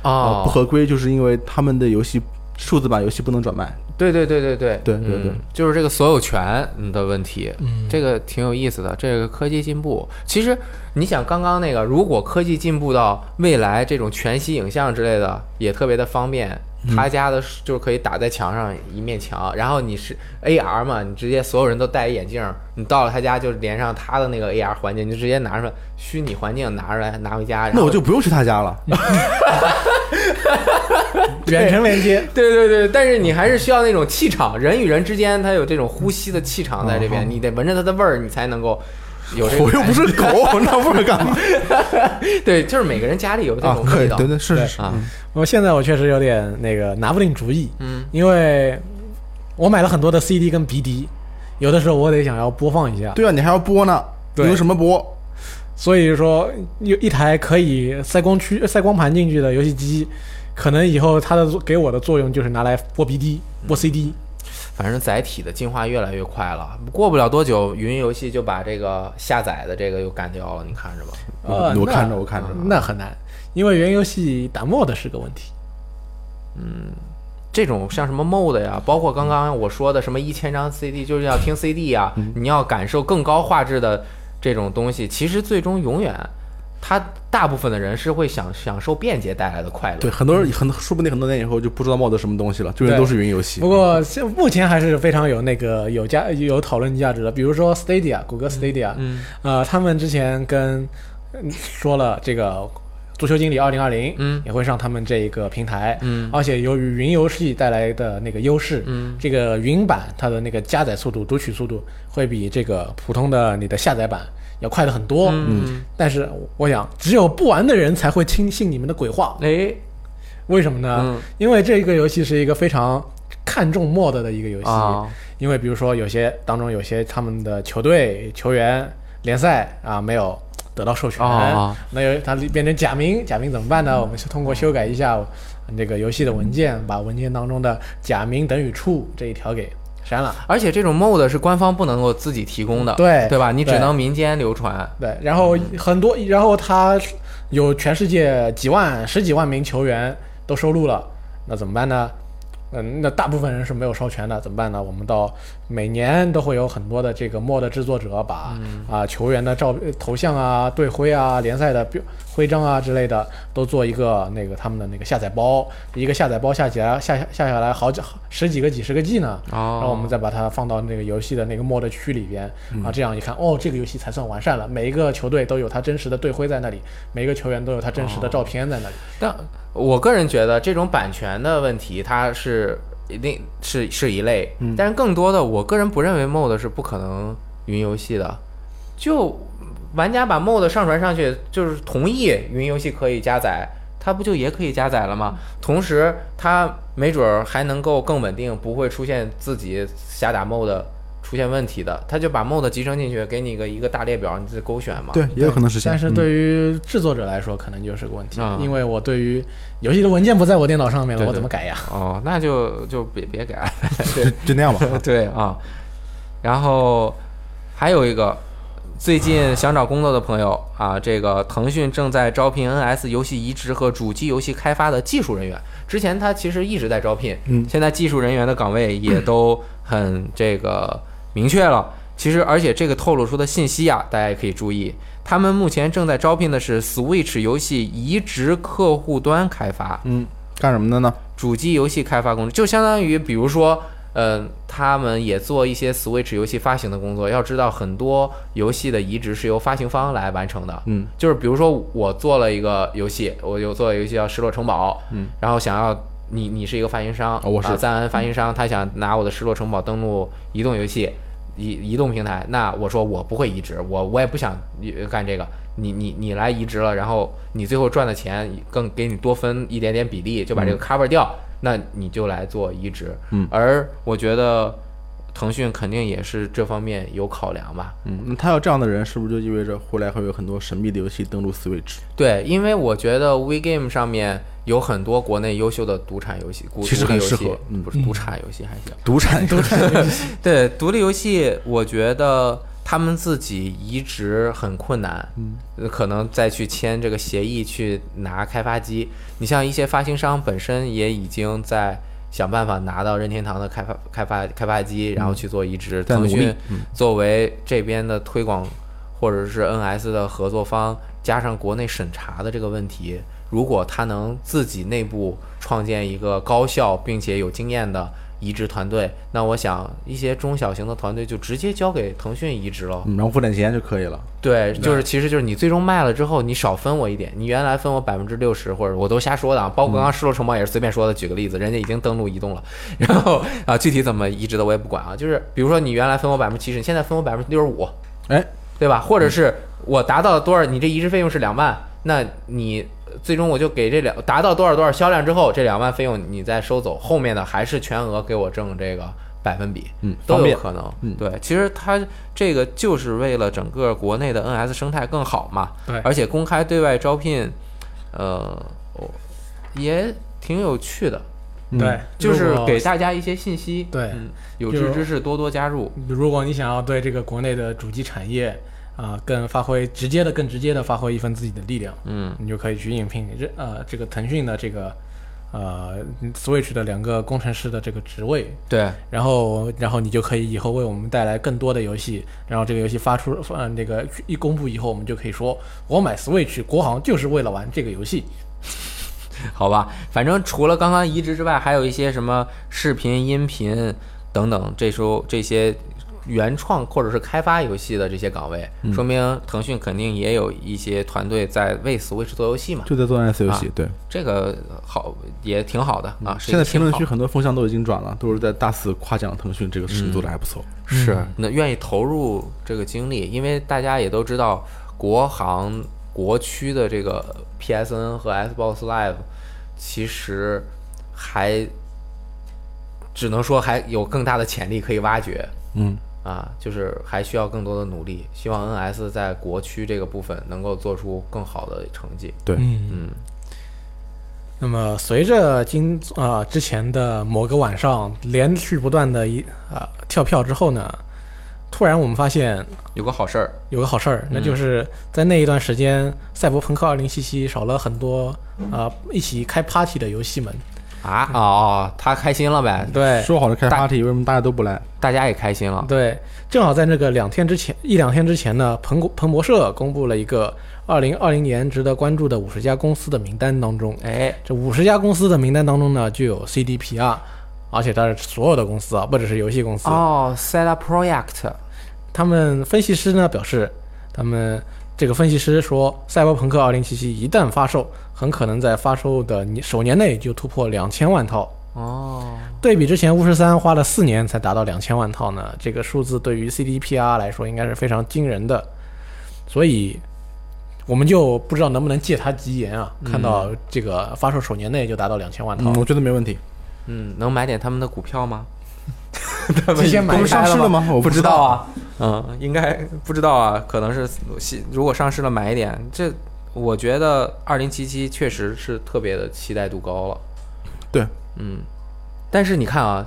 Speaker 2: 哦
Speaker 3: 呃不合规，就是因为他们的游戏数字版游戏不能转卖。
Speaker 2: 对对对对对
Speaker 3: 对对对
Speaker 2: 嗯就是这个所有权的问题，嗯，这个挺有意思的。这个科技进步，其实你想刚刚那个，如果科技进步到未来这种全息影像之类的也特别的方便，他家的就是可以打在墙上一面墙，然后你是 AR 嘛，你直接所有人都戴一眼镜，你到了他家就连上他的那个 AR 环境，你就直接拿出来虚拟环境拿出来拿回家，然后
Speaker 3: 那我就不用去他家了。
Speaker 4: 远程连接，
Speaker 2: 对对对，但是你还是需要那种气场，人与人之间它有这种呼吸的气场在这边，你得闻着它的味儿，你才能够有这个。 哎
Speaker 3: 我又不是狗，我那味儿干嘛
Speaker 2: 对，就是每个人家里有这
Speaker 3: 啊
Speaker 2: 种？
Speaker 3: 可
Speaker 2: 味
Speaker 3: 以，
Speaker 2: 道。
Speaker 3: 对对是是是，嗯
Speaker 2: 啊，
Speaker 4: 我现在我确实有点那个拿不定主意，
Speaker 2: 嗯，
Speaker 4: 因为我买了很多的 CD 跟 BD，有的时候我得想要播放一下，
Speaker 3: 对啊，你还要播呢，你
Speaker 4: 对
Speaker 3: 用什么播？
Speaker 4: 所以说有一台可以塞光驱、塞光盘进去的游戏机，可能以后它的作给我的作用就是拿来播 BD、播 CD。
Speaker 2: 反正载体的进化越来越快了，过不了多久，云游戏就把这个下载的这个又干掉了，你看着吧。
Speaker 3: 我
Speaker 4: 呃
Speaker 3: 嗯我看
Speaker 4: 那
Speaker 3: 着我看着，
Speaker 4: 那很难，因为原游戏打 mod 是个问题。
Speaker 2: 这种像什么 mod 呀，包括刚刚我说的什么一千张 CD，就是要听 CD 呀，
Speaker 4: 嗯
Speaker 2: 你要感受更高画质的这种东西，其实最终永远，他大部分的人是会享享受便捷带来的快乐。
Speaker 3: 对，很多人很多说不定很多年以后就不知道冒的什么东西了，就是
Speaker 4: 对
Speaker 3: 都是云游戏
Speaker 4: 不。过现目前还是非常有那个有价有讨论价值的，比如说 Stadia，谷歌 Stadia，
Speaker 2: 嗯
Speaker 4: 呃，他们之前跟嗯说了这个足球经理二零二零，
Speaker 2: 嗯
Speaker 4: 也会上他们这一个平台，
Speaker 2: 嗯
Speaker 4: 而且由于云游戏带来的那个优势，
Speaker 2: 嗯
Speaker 4: 这个云版它的那个加载速度、读取速度会比这个普通的你的下载版要快的很多，
Speaker 2: 嗯，
Speaker 4: 但是我想，只有不玩的人才会听信你们的鬼话，
Speaker 2: 哎，
Speaker 4: 为什么呢？
Speaker 2: 嗯
Speaker 4: 因为这个游戏是一个非常看重 mod 的一个游戏，
Speaker 2: 啊
Speaker 4: 因为比如说有些当中有些他们的球队球员联赛啊没有得到授权，
Speaker 2: 啊嗯
Speaker 4: 那有它变成假名，假名怎么办呢？我们是通过修改一下这个游戏的文件，把文件当中的假名等于 true 这一条给删了。
Speaker 2: 而且这种 mod 是官方不能够自己提供的，
Speaker 4: 对
Speaker 2: 对吧？你只
Speaker 4: 对
Speaker 2: 能民间流传。
Speaker 4: 对，然后很多，然后他有全世界几万、十几万名球员都收录了，那怎么办呢？嗯，那大部分人是没有授权的，怎么办呢？我们到每年都会有很多的这个 mod 制作者把啊、球员的照呃头像啊、队徽啊、联赛的标徽章啊之类的，都做一个那个他们的那个下载包，一个下载包下起来下下下来好几好十几个、几十个 G 呢，
Speaker 2: 哦
Speaker 4: 然后我们再把它放到那个游戏的那个 mod 区里边啊，这样一看，哦，这个游戏才算完善了。每一个球队都有他真实的队徽在那里，每一个球员都有他真实的照片在那里。
Speaker 2: 但我个人觉得这种版权的问题，它是一定是是一类，但是更多的，我个人不认为 mod 是不可能云游戏的，就玩家把 mod 上传上去，就是同意云游戏可以加载，它不就也可以加载了吗？同时，它没准儿还能够更稳定，不会出现自己瞎打 mod 出现问题的，它就把 mod 集成进去，给你个一个大列表，你自己勾选嘛。
Speaker 3: 对，也有可能实现。
Speaker 4: 但是
Speaker 3: 嗯
Speaker 4: 对于制作者来说，可能就是个问题，
Speaker 2: 啊
Speaker 4: 因为我对于游戏的文件不在我电脑上面了，
Speaker 2: 对对
Speaker 4: 我怎么改呀？
Speaker 2: 哦，那就就别别改了。
Speaker 3: 嗯
Speaker 2: 对
Speaker 3: 就就那样吧。
Speaker 2: 对啊，然后还有一个最近想找工作的朋友啊，这个腾讯正在招聘 NS 游戏移植和主机游戏开发的技术人员。之前他其实一直在招聘，
Speaker 4: 嗯
Speaker 2: 现在技术人员的岗位也都很这个明确了。其实，而且这个透露出的信息啊，大家也可以注意，他们目前正在招聘的是 Switch 游戏移植客户端开发，
Speaker 3: 嗯，干什么的呢？
Speaker 2: 主机游戏开发工作，就相当于比如说，呃，他们也做一些 Switch 游戏发行的工作。要知道，很多游戏的移植是由发行方来完成的。
Speaker 3: 嗯，
Speaker 2: 就是比如说我做了一个游戏，我有做了一个游戏叫《失落城堡》，
Speaker 3: 嗯，
Speaker 2: 然后想要你你是一个发行商，
Speaker 3: 哦我是
Speaker 2: 啊赞恩发行商，他想拿我的《失落城堡》登录移动游戏。移移动平台，那我说我不会移植，我我也不想呃干这个，你你你来移植了，然后你最后赚的钱更给你多分一点点比例，就把这个 cover 掉，那你就来做移植。
Speaker 3: 嗯
Speaker 2: 而我觉得腾讯肯定也是这方面有考量吧。
Speaker 3: 嗯，那他要这样的人，是不是就意味着未来会有很多神秘的游戏登陆 Switch？
Speaker 2: 对，因为我觉得 WeGame 上面有很多国内优秀的独产游戏，独
Speaker 3: 其实
Speaker 2: 独立游
Speaker 3: 很适
Speaker 2: 戏
Speaker 3: 合嗯
Speaker 2: 不是独产游戏还行。
Speaker 3: 独产，独产，
Speaker 2: 对，独立游戏，我觉得他们自己移植很困难，嗯，可能再去签这个协议去拿开发机。你像一些发行商本身也已经在想办法拿到任天堂的开发开发开发机，然后去做移植。
Speaker 3: 嗯在努
Speaker 2: 腾
Speaker 3: 力
Speaker 2: 讯作为这边的推广或者是 NS 的合作方，加上国内审查的这个问题，如果他能自己内部创建一个高效并且有经验的移植团队，那我想一些中小型的团队就直接交给腾讯移植了。
Speaker 3: 嗯然后付点钱就可以了。
Speaker 2: 对，就是其实就是你最终卖了之后，你少分我一点，你原来分我百分之六十，或者我都瞎说的啊，包括刚刚失落城堡也是随便说的，举个例子，人家已经登录移动了，然后啊具体怎么移植的我也不管啊，就是比如说你原来分我百分之七十，你现在分我百分之六十五，
Speaker 3: 哎，
Speaker 2: 对吧？或者是我达到了多少，你这移植费用是两万，那你最终我就给这两达到多少多少销量之后，这两万费用你再收走，后面的还是全额给我挣这个百分比，
Speaker 3: 嗯
Speaker 2: 都
Speaker 3: 方
Speaker 2: 有
Speaker 3: 便
Speaker 2: 可能。
Speaker 3: 嗯
Speaker 2: 对，其实它这个就是为了整个国内的 NS 生态更好嘛，
Speaker 4: 对啊
Speaker 2: 而且公开对外招聘，呃，我也挺有趣的，
Speaker 3: 嗯
Speaker 4: 对，
Speaker 2: 就是
Speaker 4: 如果
Speaker 2: 给大家一些信息，
Speaker 4: 对
Speaker 2: 嗯，有
Speaker 4: 就
Speaker 2: 志
Speaker 4: 是
Speaker 2: 之士多多加入，
Speaker 4: 如果你想要对这个国内的主机产业啊、更发挥直接的、更直接的发挥一份自己的力量，
Speaker 2: 嗯，
Speaker 4: 你就可以去应聘这呃这个腾讯的这个呃 Switch 的两个工程师的这个职位，
Speaker 2: 对。
Speaker 4: 然后然后你就可以以后为我们带来更多的游戏，然后这个游戏发出呃那个一公布以后，我们就可以说我买 Switch 国行就是为了玩这个游戏，
Speaker 2: 好吧，反正除了刚刚移植之外，还有一些什么视频、音频等等，这时候这些原创或者是开发游戏的这些岗位，
Speaker 3: 嗯
Speaker 2: 说明腾讯肯定也有一些团队在为 Switch 做游戏嘛，
Speaker 3: 就在做 NS 游戏，
Speaker 2: 啊
Speaker 3: 对。
Speaker 2: 这个好也挺好的啊。是一
Speaker 3: 嗯现
Speaker 2: 个
Speaker 3: 在评论
Speaker 2: 信号
Speaker 3: 区很多风向都已经转了，都是在大肆夸奖腾讯这个事情做的还不错。
Speaker 2: 是那愿意投入这个精力，因为大家也都知道国行国区的这个 PSN 和 Xbox Live 其实还只能说还有更大的潜力可以挖掘
Speaker 3: 嗯，
Speaker 2: 啊，就是还需要更多的努力。希望 NS 在国区这个部分能够做出更好的成绩。
Speaker 3: 对，
Speaker 4: 嗯。那么，随着今啊、之前的某个晚上连续不断的一啊、跳票之后呢，突然我们发现
Speaker 2: 有个好事儿，
Speaker 4: 有个好事儿，那就是在那一段时间，赛博朋克2077》少了很多啊、一起开 party 的游戏们。
Speaker 2: 啊哦哦，他开心了呗，
Speaker 4: 对
Speaker 3: 说好的开
Speaker 2: 大
Speaker 3: party，为什么大家都不来？
Speaker 2: 大家也开心了。
Speaker 4: 对，正好在那个两天之前，一两天之前呢，彭国彭博社公布了一个2020年值得关注的五十家公司的名单当中，
Speaker 2: 哎，
Speaker 4: 这五十家公司的名单当中呢，就有 CDPR，而啊且它是所有的公司啊，不只是游戏公司。
Speaker 2: 哦 s e t a Project，
Speaker 4: 他们分析师呢表示，他们这个分析师说，《赛博朋克2077》一旦发售，很可能在发售的年首年内就突破两千万套。
Speaker 2: 哦，
Speaker 4: 对比之前《巫师三》花了四年才达到两千万套呢，这个数字对于 CDPR 来说应该是非常惊人的，所以我们就不知道能不能借他吉言啊，看到这个发售首年内就达到两千万套
Speaker 3: 嗯，，我觉得没问题。
Speaker 2: 嗯，能买点他们的股票 吗？他们
Speaker 4: 提前买
Speaker 2: 公
Speaker 4: 开
Speaker 2: 司上市
Speaker 3: 了吗我
Speaker 2: 不
Speaker 3: 不
Speaker 2: 知
Speaker 3: 知
Speaker 2: 道
Speaker 3: 道
Speaker 2: 啊，嗯，应该不知道啊，可能是新如果上市了买一点，这我觉得二零七七确实是特别的期待度高了，
Speaker 3: 对，
Speaker 2: 嗯，但是你看啊，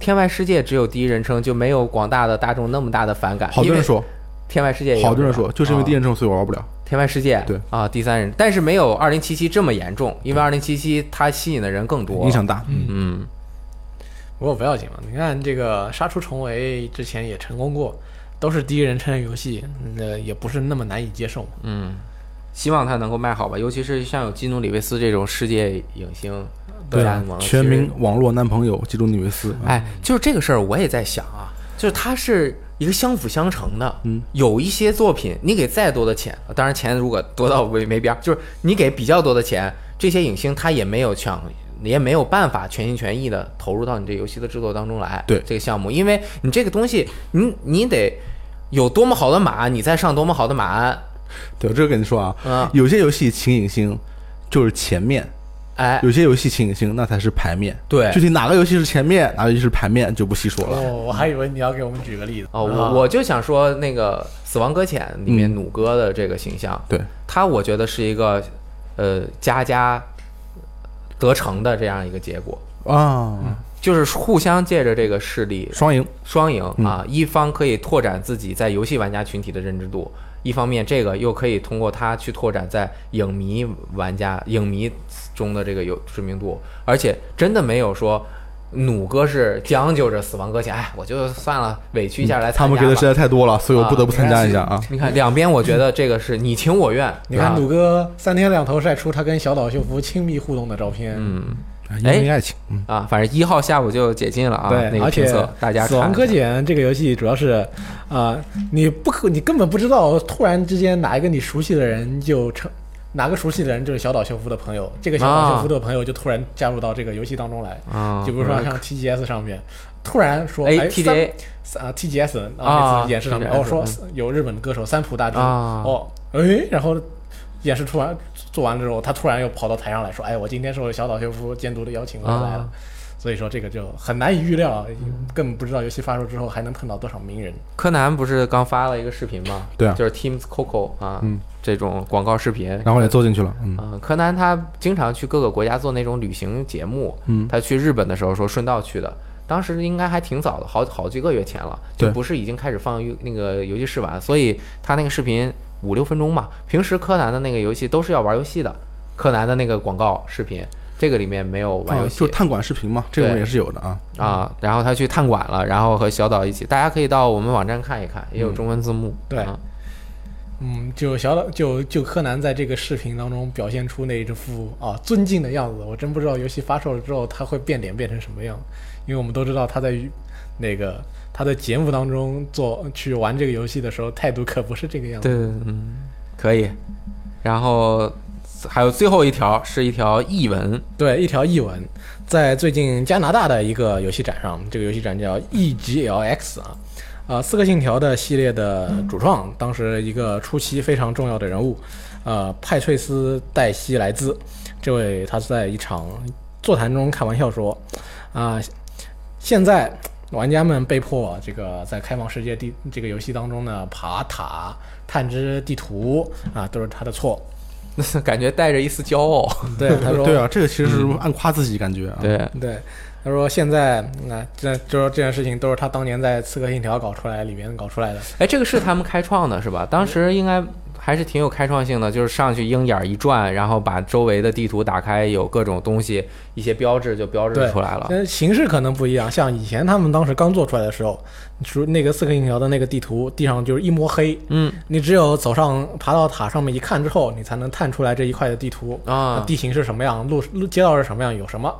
Speaker 2: 天外世界只有第一人称，就没有广大的大众那么大的反感，
Speaker 3: 好多
Speaker 2: 因为
Speaker 3: 人说，
Speaker 2: 天外世界也有
Speaker 3: 好多人
Speaker 2: 这个
Speaker 3: 说就是因为地
Speaker 2: 啊
Speaker 3: 震之后，所以我玩不了。
Speaker 2: 天外世界
Speaker 3: 对
Speaker 2: 啊，第三人，但是没有二零七七这么严重，因为二零七七它吸引的人更多。
Speaker 3: 影响大，
Speaker 2: 嗯，
Speaker 4: 不过不要紧嘛，你看这个杀出重围之前也成功过，都是第一人称游戏，那也不是那么难以接受嘛。
Speaker 2: 希望它能够卖好吧，尤其是像有基努里维斯这种世界影星
Speaker 4: 对
Speaker 2: 加盟，
Speaker 3: 啊
Speaker 2: 啊
Speaker 3: 全
Speaker 2: 其实
Speaker 3: 民网络男朋友，记住女维斯。
Speaker 2: 哎，就是这个事儿，我也在想啊，就是它是一个相辅相成的。嗯，有一些作品，你给再多的钱，当然钱如果多到没没边儿，就是你给比较多的钱，这些影星他也没有抢，也没有办法全心全意的投入到你这游戏的制作当中来。
Speaker 3: 对
Speaker 2: 这个项目，因为你这个东西，你你得有多么好的马，你再上多么好的马鞍。
Speaker 3: 对，我这个跟你说啊，
Speaker 2: 嗯
Speaker 3: 有些游戏请影星就是前面，
Speaker 2: 哎，
Speaker 3: 有些游戏请影星那才是排面。
Speaker 2: 对
Speaker 3: 具体哪个游戏是前面，哪个游戏是排面就不细说了。
Speaker 4: 哦，我还以为你要给我们举个例子
Speaker 2: 哦，
Speaker 3: 啊
Speaker 2: 我我就想说那个《死亡搁浅》里面
Speaker 3: 嗯
Speaker 2: 弩哥的这个形象，
Speaker 3: 对，
Speaker 2: 他我觉得是一个呃家家得成的这样一个结果，
Speaker 3: 啊，
Speaker 2: 嗯就是互相借着这个事例
Speaker 3: 双赢。
Speaker 2: 双赢啊，
Speaker 3: 嗯
Speaker 2: 一方可以拓展自己在游戏玩家群体的认知度，一方面这个又可以通过它去拓展在影迷玩家影迷中的这个有知名度，而且真的没有说。弩哥是将就着死亡搁浅，哎，我就算了，委屈一下来参加
Speaker 3: 嗯他们给的
Speaker 2: 吧
Speaker 3: 实在太多了，所以我不得不参加一下啊。
Speaker 2: 你看两边，我觉得这个是你情我愿。
Speaker 4: 你看
Speaker 2: 是吧
Speaker 4: 鲁哥三天两头晒出他跟小岛秀夫亲密互动的照片，嗯，
Speaker 3: 啊因为爱情，嗯，
Speaker 2: 啊，反正一号下午就解禁了啊，
Speaker 4: 对，
Speaker 2: 那个
Speaker 4: 而且
Speaker 2: 评测大家
Speaker 4: 死亡
Speaker 2: 看
Speaker 4: 搁浅》这个游戏主要是，啊、你不可你根本不知道，突然之间哪一个你熟悉的人就成。哪个熟悉的人就是小岛秀夫的朋友，这个小岛秀夫的朋友就突然加入到这个游戏当中来，
Speaker 2: 啊，
Speaker 4: 就比如说像 TGS 上面，突然说
Speaker 2: 哎
Speaker 4: 哎
Speaker 2: TGA
Speaker 4: 三啊 TGS 啊
Speaker 2: 啊
Speaker 4: 那次演示上面，
Speaker 2: TGS
Speaker 4: 哦说
Speaker 2: 嗯
Speaker 4: 有日本歌手三浦大知
Speaker 2: 啊
Speaker 4: 哦哎，然后演示突然做完了之后，他突然又跑到台上来说，哎，我今天受小岛秀夫监督的邀请我来了
Speaker 2: 啊。嗯
Speaker 4: 所以说这个就很难以预料，根本不知道游戏发售之后还能碰到多少名人。
Speaker 2: 柯南不是刚发了一个视频吗？
Speaker 3: 对啊
Speaker 2: 就是 Teams Coco 啊，
Speaker 4: 嗯
Speaker 2: 这种广告视频。
Speaker 3: 然后也坐进去了，嗯，
Speaker 2: 嗯，柯南他经常去各个国家做那种旅行节目。
Speaker 3: 嗯
Speaker 2: 他去日本的时候说顺道去的，当时应该还挺早的，好好几个月前了，就
Speaker 3: 对
Speaker 2: 不是已经开始放那个游戏试玩，所以他那个视频五六分钟吧。平时柯南的那个游戏都是要玩游戏的，柯南的那个广告视频，这个里面没有玩
Speaker 3: 啊
Speaker 2: 游戏，
Speaker 3: 就是探管视频嘛，这种
Speaker 2: 对
Speaker 3: 也是有的啊。
Speaker 2: 啊，然后他去探馆了，然后和小岛一起，大家可以到我们网站看一看，也有
Speaker 3: 嗯
Speaker 2: 中文字幕。
Speaker 4: 对
Speaker 2: 啊
Speaker 4: 嗯，就小岛就就柯南在这个视频当中表现出那一副啊尊敬的样子，我真不知道游戏发售了之后他会变脸变成什么样，因为我们都知道他在于那个他在节目当中做去玩这个游戏的时候态度可不是这个样子。
Speaker 2: 对，嗯，可以。然后还有最后一条是一条译文，
Speaker 4: 对，一条译文，在最近加拿大的一个游戏展上，这个游戏展叫 E EGLX 啊，呃，《刺客信条》的系列的主创，当时一个初期非常重要的人物，呃，派翠斯·黛西莱兹，这位他是在一场座谈中开玩笑说，啊、现在玩家们被迫这个在开放世界地这个游戏当中呢，爬塔、探知地图啊，都是他的错。
Speaker 2: 感觉带着一丝骄傲。
Speaker 4: 对，他说，
Speaker 3: 对啊，这个其实是暗夸自己感觉啊。
Speaker 2: 嗯对，
Speaker 4: 对，他说现在那、这就说这件事情都是他当年在《刺客信条》搞出来里面搞出来的。
Speaker 2: 哎，这个是他们开创的，是吧？当时应该还是挺有开创性的，就是上去鹰眼一转，然后把周围的地图打开，有各种东西，一些标志就标
Speaker 4: 对
Speaker 2: 志出来了。
Speaker 4: 但是形式可能不一样。像以前他们当时刚做出来的时候，说那个《刺客信条》的那个地图，地上就是一抹黑，
Speaker 2: 嗯，
Speaker 4: 你只有走上爬到塔上面一看之后，你才能探出来这一块的地图
Speaker 2: 啊
Speaker 4: 地形是什么样，路路街道是什么样，有什么。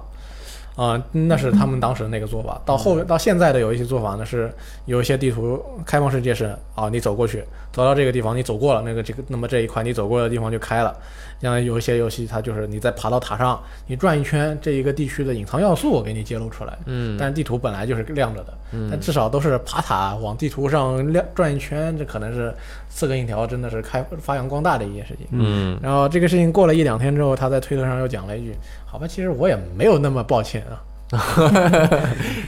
Speaker 4: 啊、那是他们当时的那个做法。到后到现在的有一些做法呢，是有一些地图开放世界是啊，你走过去，走到这个地方，你走过了那个这个，那么这一块你走过的地方就开了。像有一些游戏，它就是你再爬到塔上，你转一圈，这一个地区的隐藏要素我给你揭露出来。嗯，但是地图本来就是亮着的，但至少都是爬塔往地图上亮转一圈，这可能是《刺客信条》真的是开发扬光大的一件事情。
Speaker 2: 嗯，
Speaker 4: 然后这个事情过了一两天之后，他在推特上又讲了一句：“好吧，其实我也没有那么抱歉啊。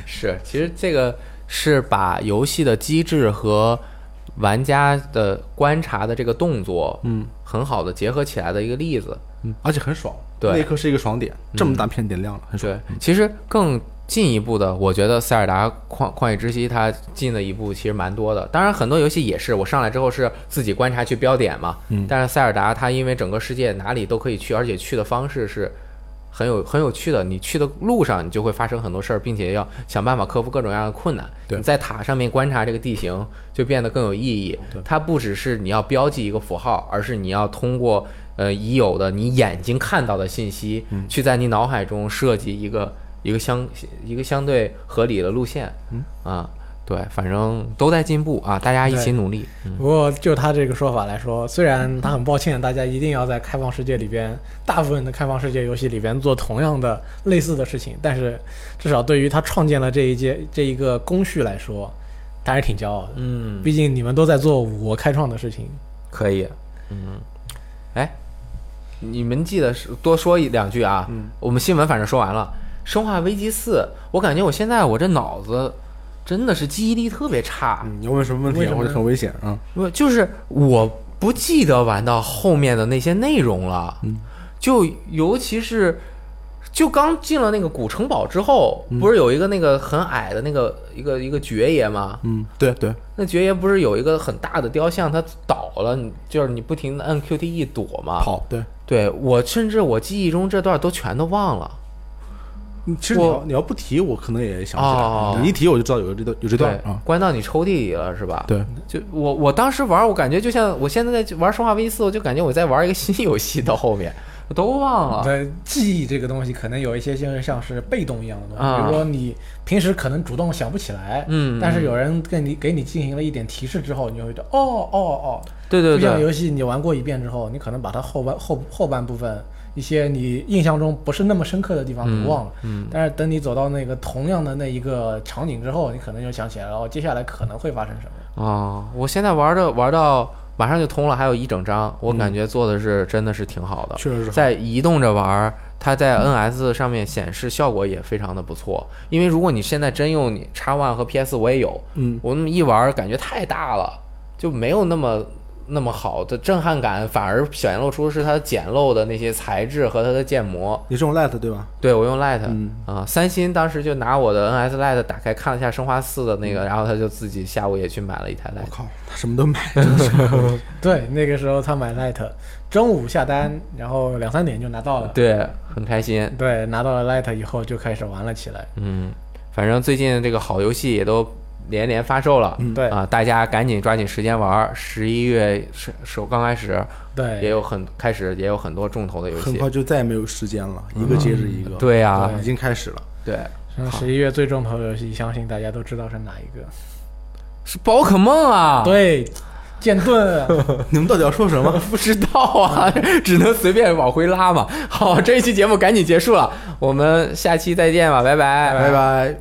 Speaker 2: 是，其实这个是把游戏的机制和玩家的观察的这个动作，嗯，很好的结合起来的一个例子。
Speaker 3: 嗯，而且很爽，
Speaker 2: 对嗯
Speaker 3: 那一刻是一个爽点，这么大片点亮了，很爽
Speaker 2: 对。，其实更进一步的，我觉得塞尔达旷旷野之息它进的一步其实蛮多的。当然，很多游戏也是我上来之后是自己观察去标点嘛。
Speaker 3: 嗯
Speaker 2: 但是塞尔达它因为整个世界哪里都可以去，而且去的方式是很有很有趣的。你去的路上，你就会发生很多事儿，并且要想办法克服各种各样的困难。
Speaker 3: 对
Speaker 2: 你在塔上面观察这个地形，就变得更有意义
Speaker 3: 对。
Speaker 2: 它不只是你要标记一个符号，而是你要通过呃已有的你眼睛看到的信息，去在你脑海中设计一个一个相一个相对合理的路线。嗯啊，对，反正都在进步啊，大家一起
Speaker 4: 对
Speaker 2: 努力。嗯
Speaker 4: 不过就他这个说法来说，虽然他很抱歉，大家一定要在开放世界里边，大部分的开放世界游戏里边做同样的类似的事情，但是至少对于他创建了这一阶这一个工序来说，他还是挺骄傲的。
Speaker 2: 嗯，
Speaker 4: 毕竟你们都在做我开创的事情，
Speaker 2: 可以。嗯，哎，你们记得是多说一两句啊。嗯，我们新闻反正说完了，《生化危机四》，我感觉我现在我这脑子真的是记忆力特别差。
Speaker 3: 嗯，你要问什么问题
Speaker 4: 为
Speaker 3: 啊，
Speaker 4: 什么
Speaker 3: 或者很危险啊。
Speaker 2: 不就是我不记得玩到后面的那些内容了，就尤其是就刚进了那个古城堡之后，不是有一个那个很矮的那个一个一个爵爷吗？
Speaker 3: 嗯，对对，
Speaker 2: 那爵爷不是有一个很大的雕像，他倒了，你就是你不停的按 QTE 躲嘛。
Speaker 3: 跑对。
Speaker 2: 对我甚至我记忆中这段都全都忘了。
Speaker 3: 嗯其实你
Speaker 2: 我
Speaker 3: 要你要不提，我可能也想不起来。
Speaker 2: 哦
Speaker 3: 你一提我就知道有这段有这段
Speaker 2: 对，
Speaker 3: 啊。
Speaker 2: 关到你抽屉里了是吧？
Speaker 3: 对，
Speaker 2: 就我我当时玩，我感觉就像我现在在玩《生化危机四》，我就感觉我在玩一个新游戏，到后面我都忘了。
Speaker 4: 在记忆这个东西，可能有一些就是像是被动一样的东西，
Speaker 2: 啊
Speaker 4: 比如说你平时可能主动想不起来，
Speaker 2: 嗯
Speaker 4: 但是有人跟你给你进行了一点提示之后，你就会觉得哦哦哦，
Speaker 2: 对对
Speaker 4: 就像游
Speaker 2: 对，
Speaker 4: 戏你玩过一遍之后，你可能把它后半后后半部分一些你印象中不是那么深刻的地方
Speaker 2: 嗯
Speaker 4: 给忘了，
Speaker 2: 嗯
Speaker 4: 但是等你走到那个同样的那一个场景之后，你可能就想起来了，哦，接下来可能会发生什么。
Speaker 2: 哦，我现在玩的玩到马上就通了，还有一整章，我感觉做的是真的是挺好的。
Speaker 3: 嗯确实是
Speaker 2: 在移动着玩儿，它在 NS 上面显示效果也非常的不错。因为如果你现在真用你 X One 和 PS，我也有，
Speaker 3: 嗯，
Speaker 2: 我那么一玩儿感觉太大了，就没有那么那么好的震撼感，反而显露出是它简陋的那些材质和它的建模。
Speaker 3: 你是用 Light 对吧？
Speaker 2: 对我用 Light 啊、
Speaker 3: 嗯
Speaker 2: 三星当时就拿我的 NS Light 打开看了一下《生化四》的
Speaker 3: 嗯
Speaker 2: 那个，然后他就自己下午也去买了一台
Speaker 3: 我
Speaker 2: Light。
Speaker 3: 靠，他什么都买，真 的是
Speaker 4: 对，那个时候他买 Light，中午下单，然后两三点就拿到了。
Speaker 2: 对，很开心。
Speaker 4: 对，拿到了 Light 以后就开始玩了起来。
Speaker 2: 嗯，反正最近这个好游戏也都连连发售了。
Speaker 4: 对、
Speaker 2: 啊，大家赶紧抓紧时间玩儿！十一月是首刚开始，也
Speaker 4: 对，
Speaker 2: 有很开始也有很多重头的游
Speaker 3: 很
Speaker 2: 戏
Speaker 3: 快。就再也没有时间了，一个接着一个。
Speaker 2: 嗯对啊呀、
Speaker 3: 已经开始了。
Speaker 2: 对，
Speaker 4: 十一月最重头游戏，相信大家都知道是哪一个。
Speaker 2: 是宝可梦啊！，
Speaker 4: 对，剑盾啊。
Speaker 3: 你们到底要说什么？
Speaker 2: 不知道啊， 只能随便往回 拉嘛。好，这一期节目赶紧结束了，我们下期再见吧，拜拜
Speaker 3: 拜拜。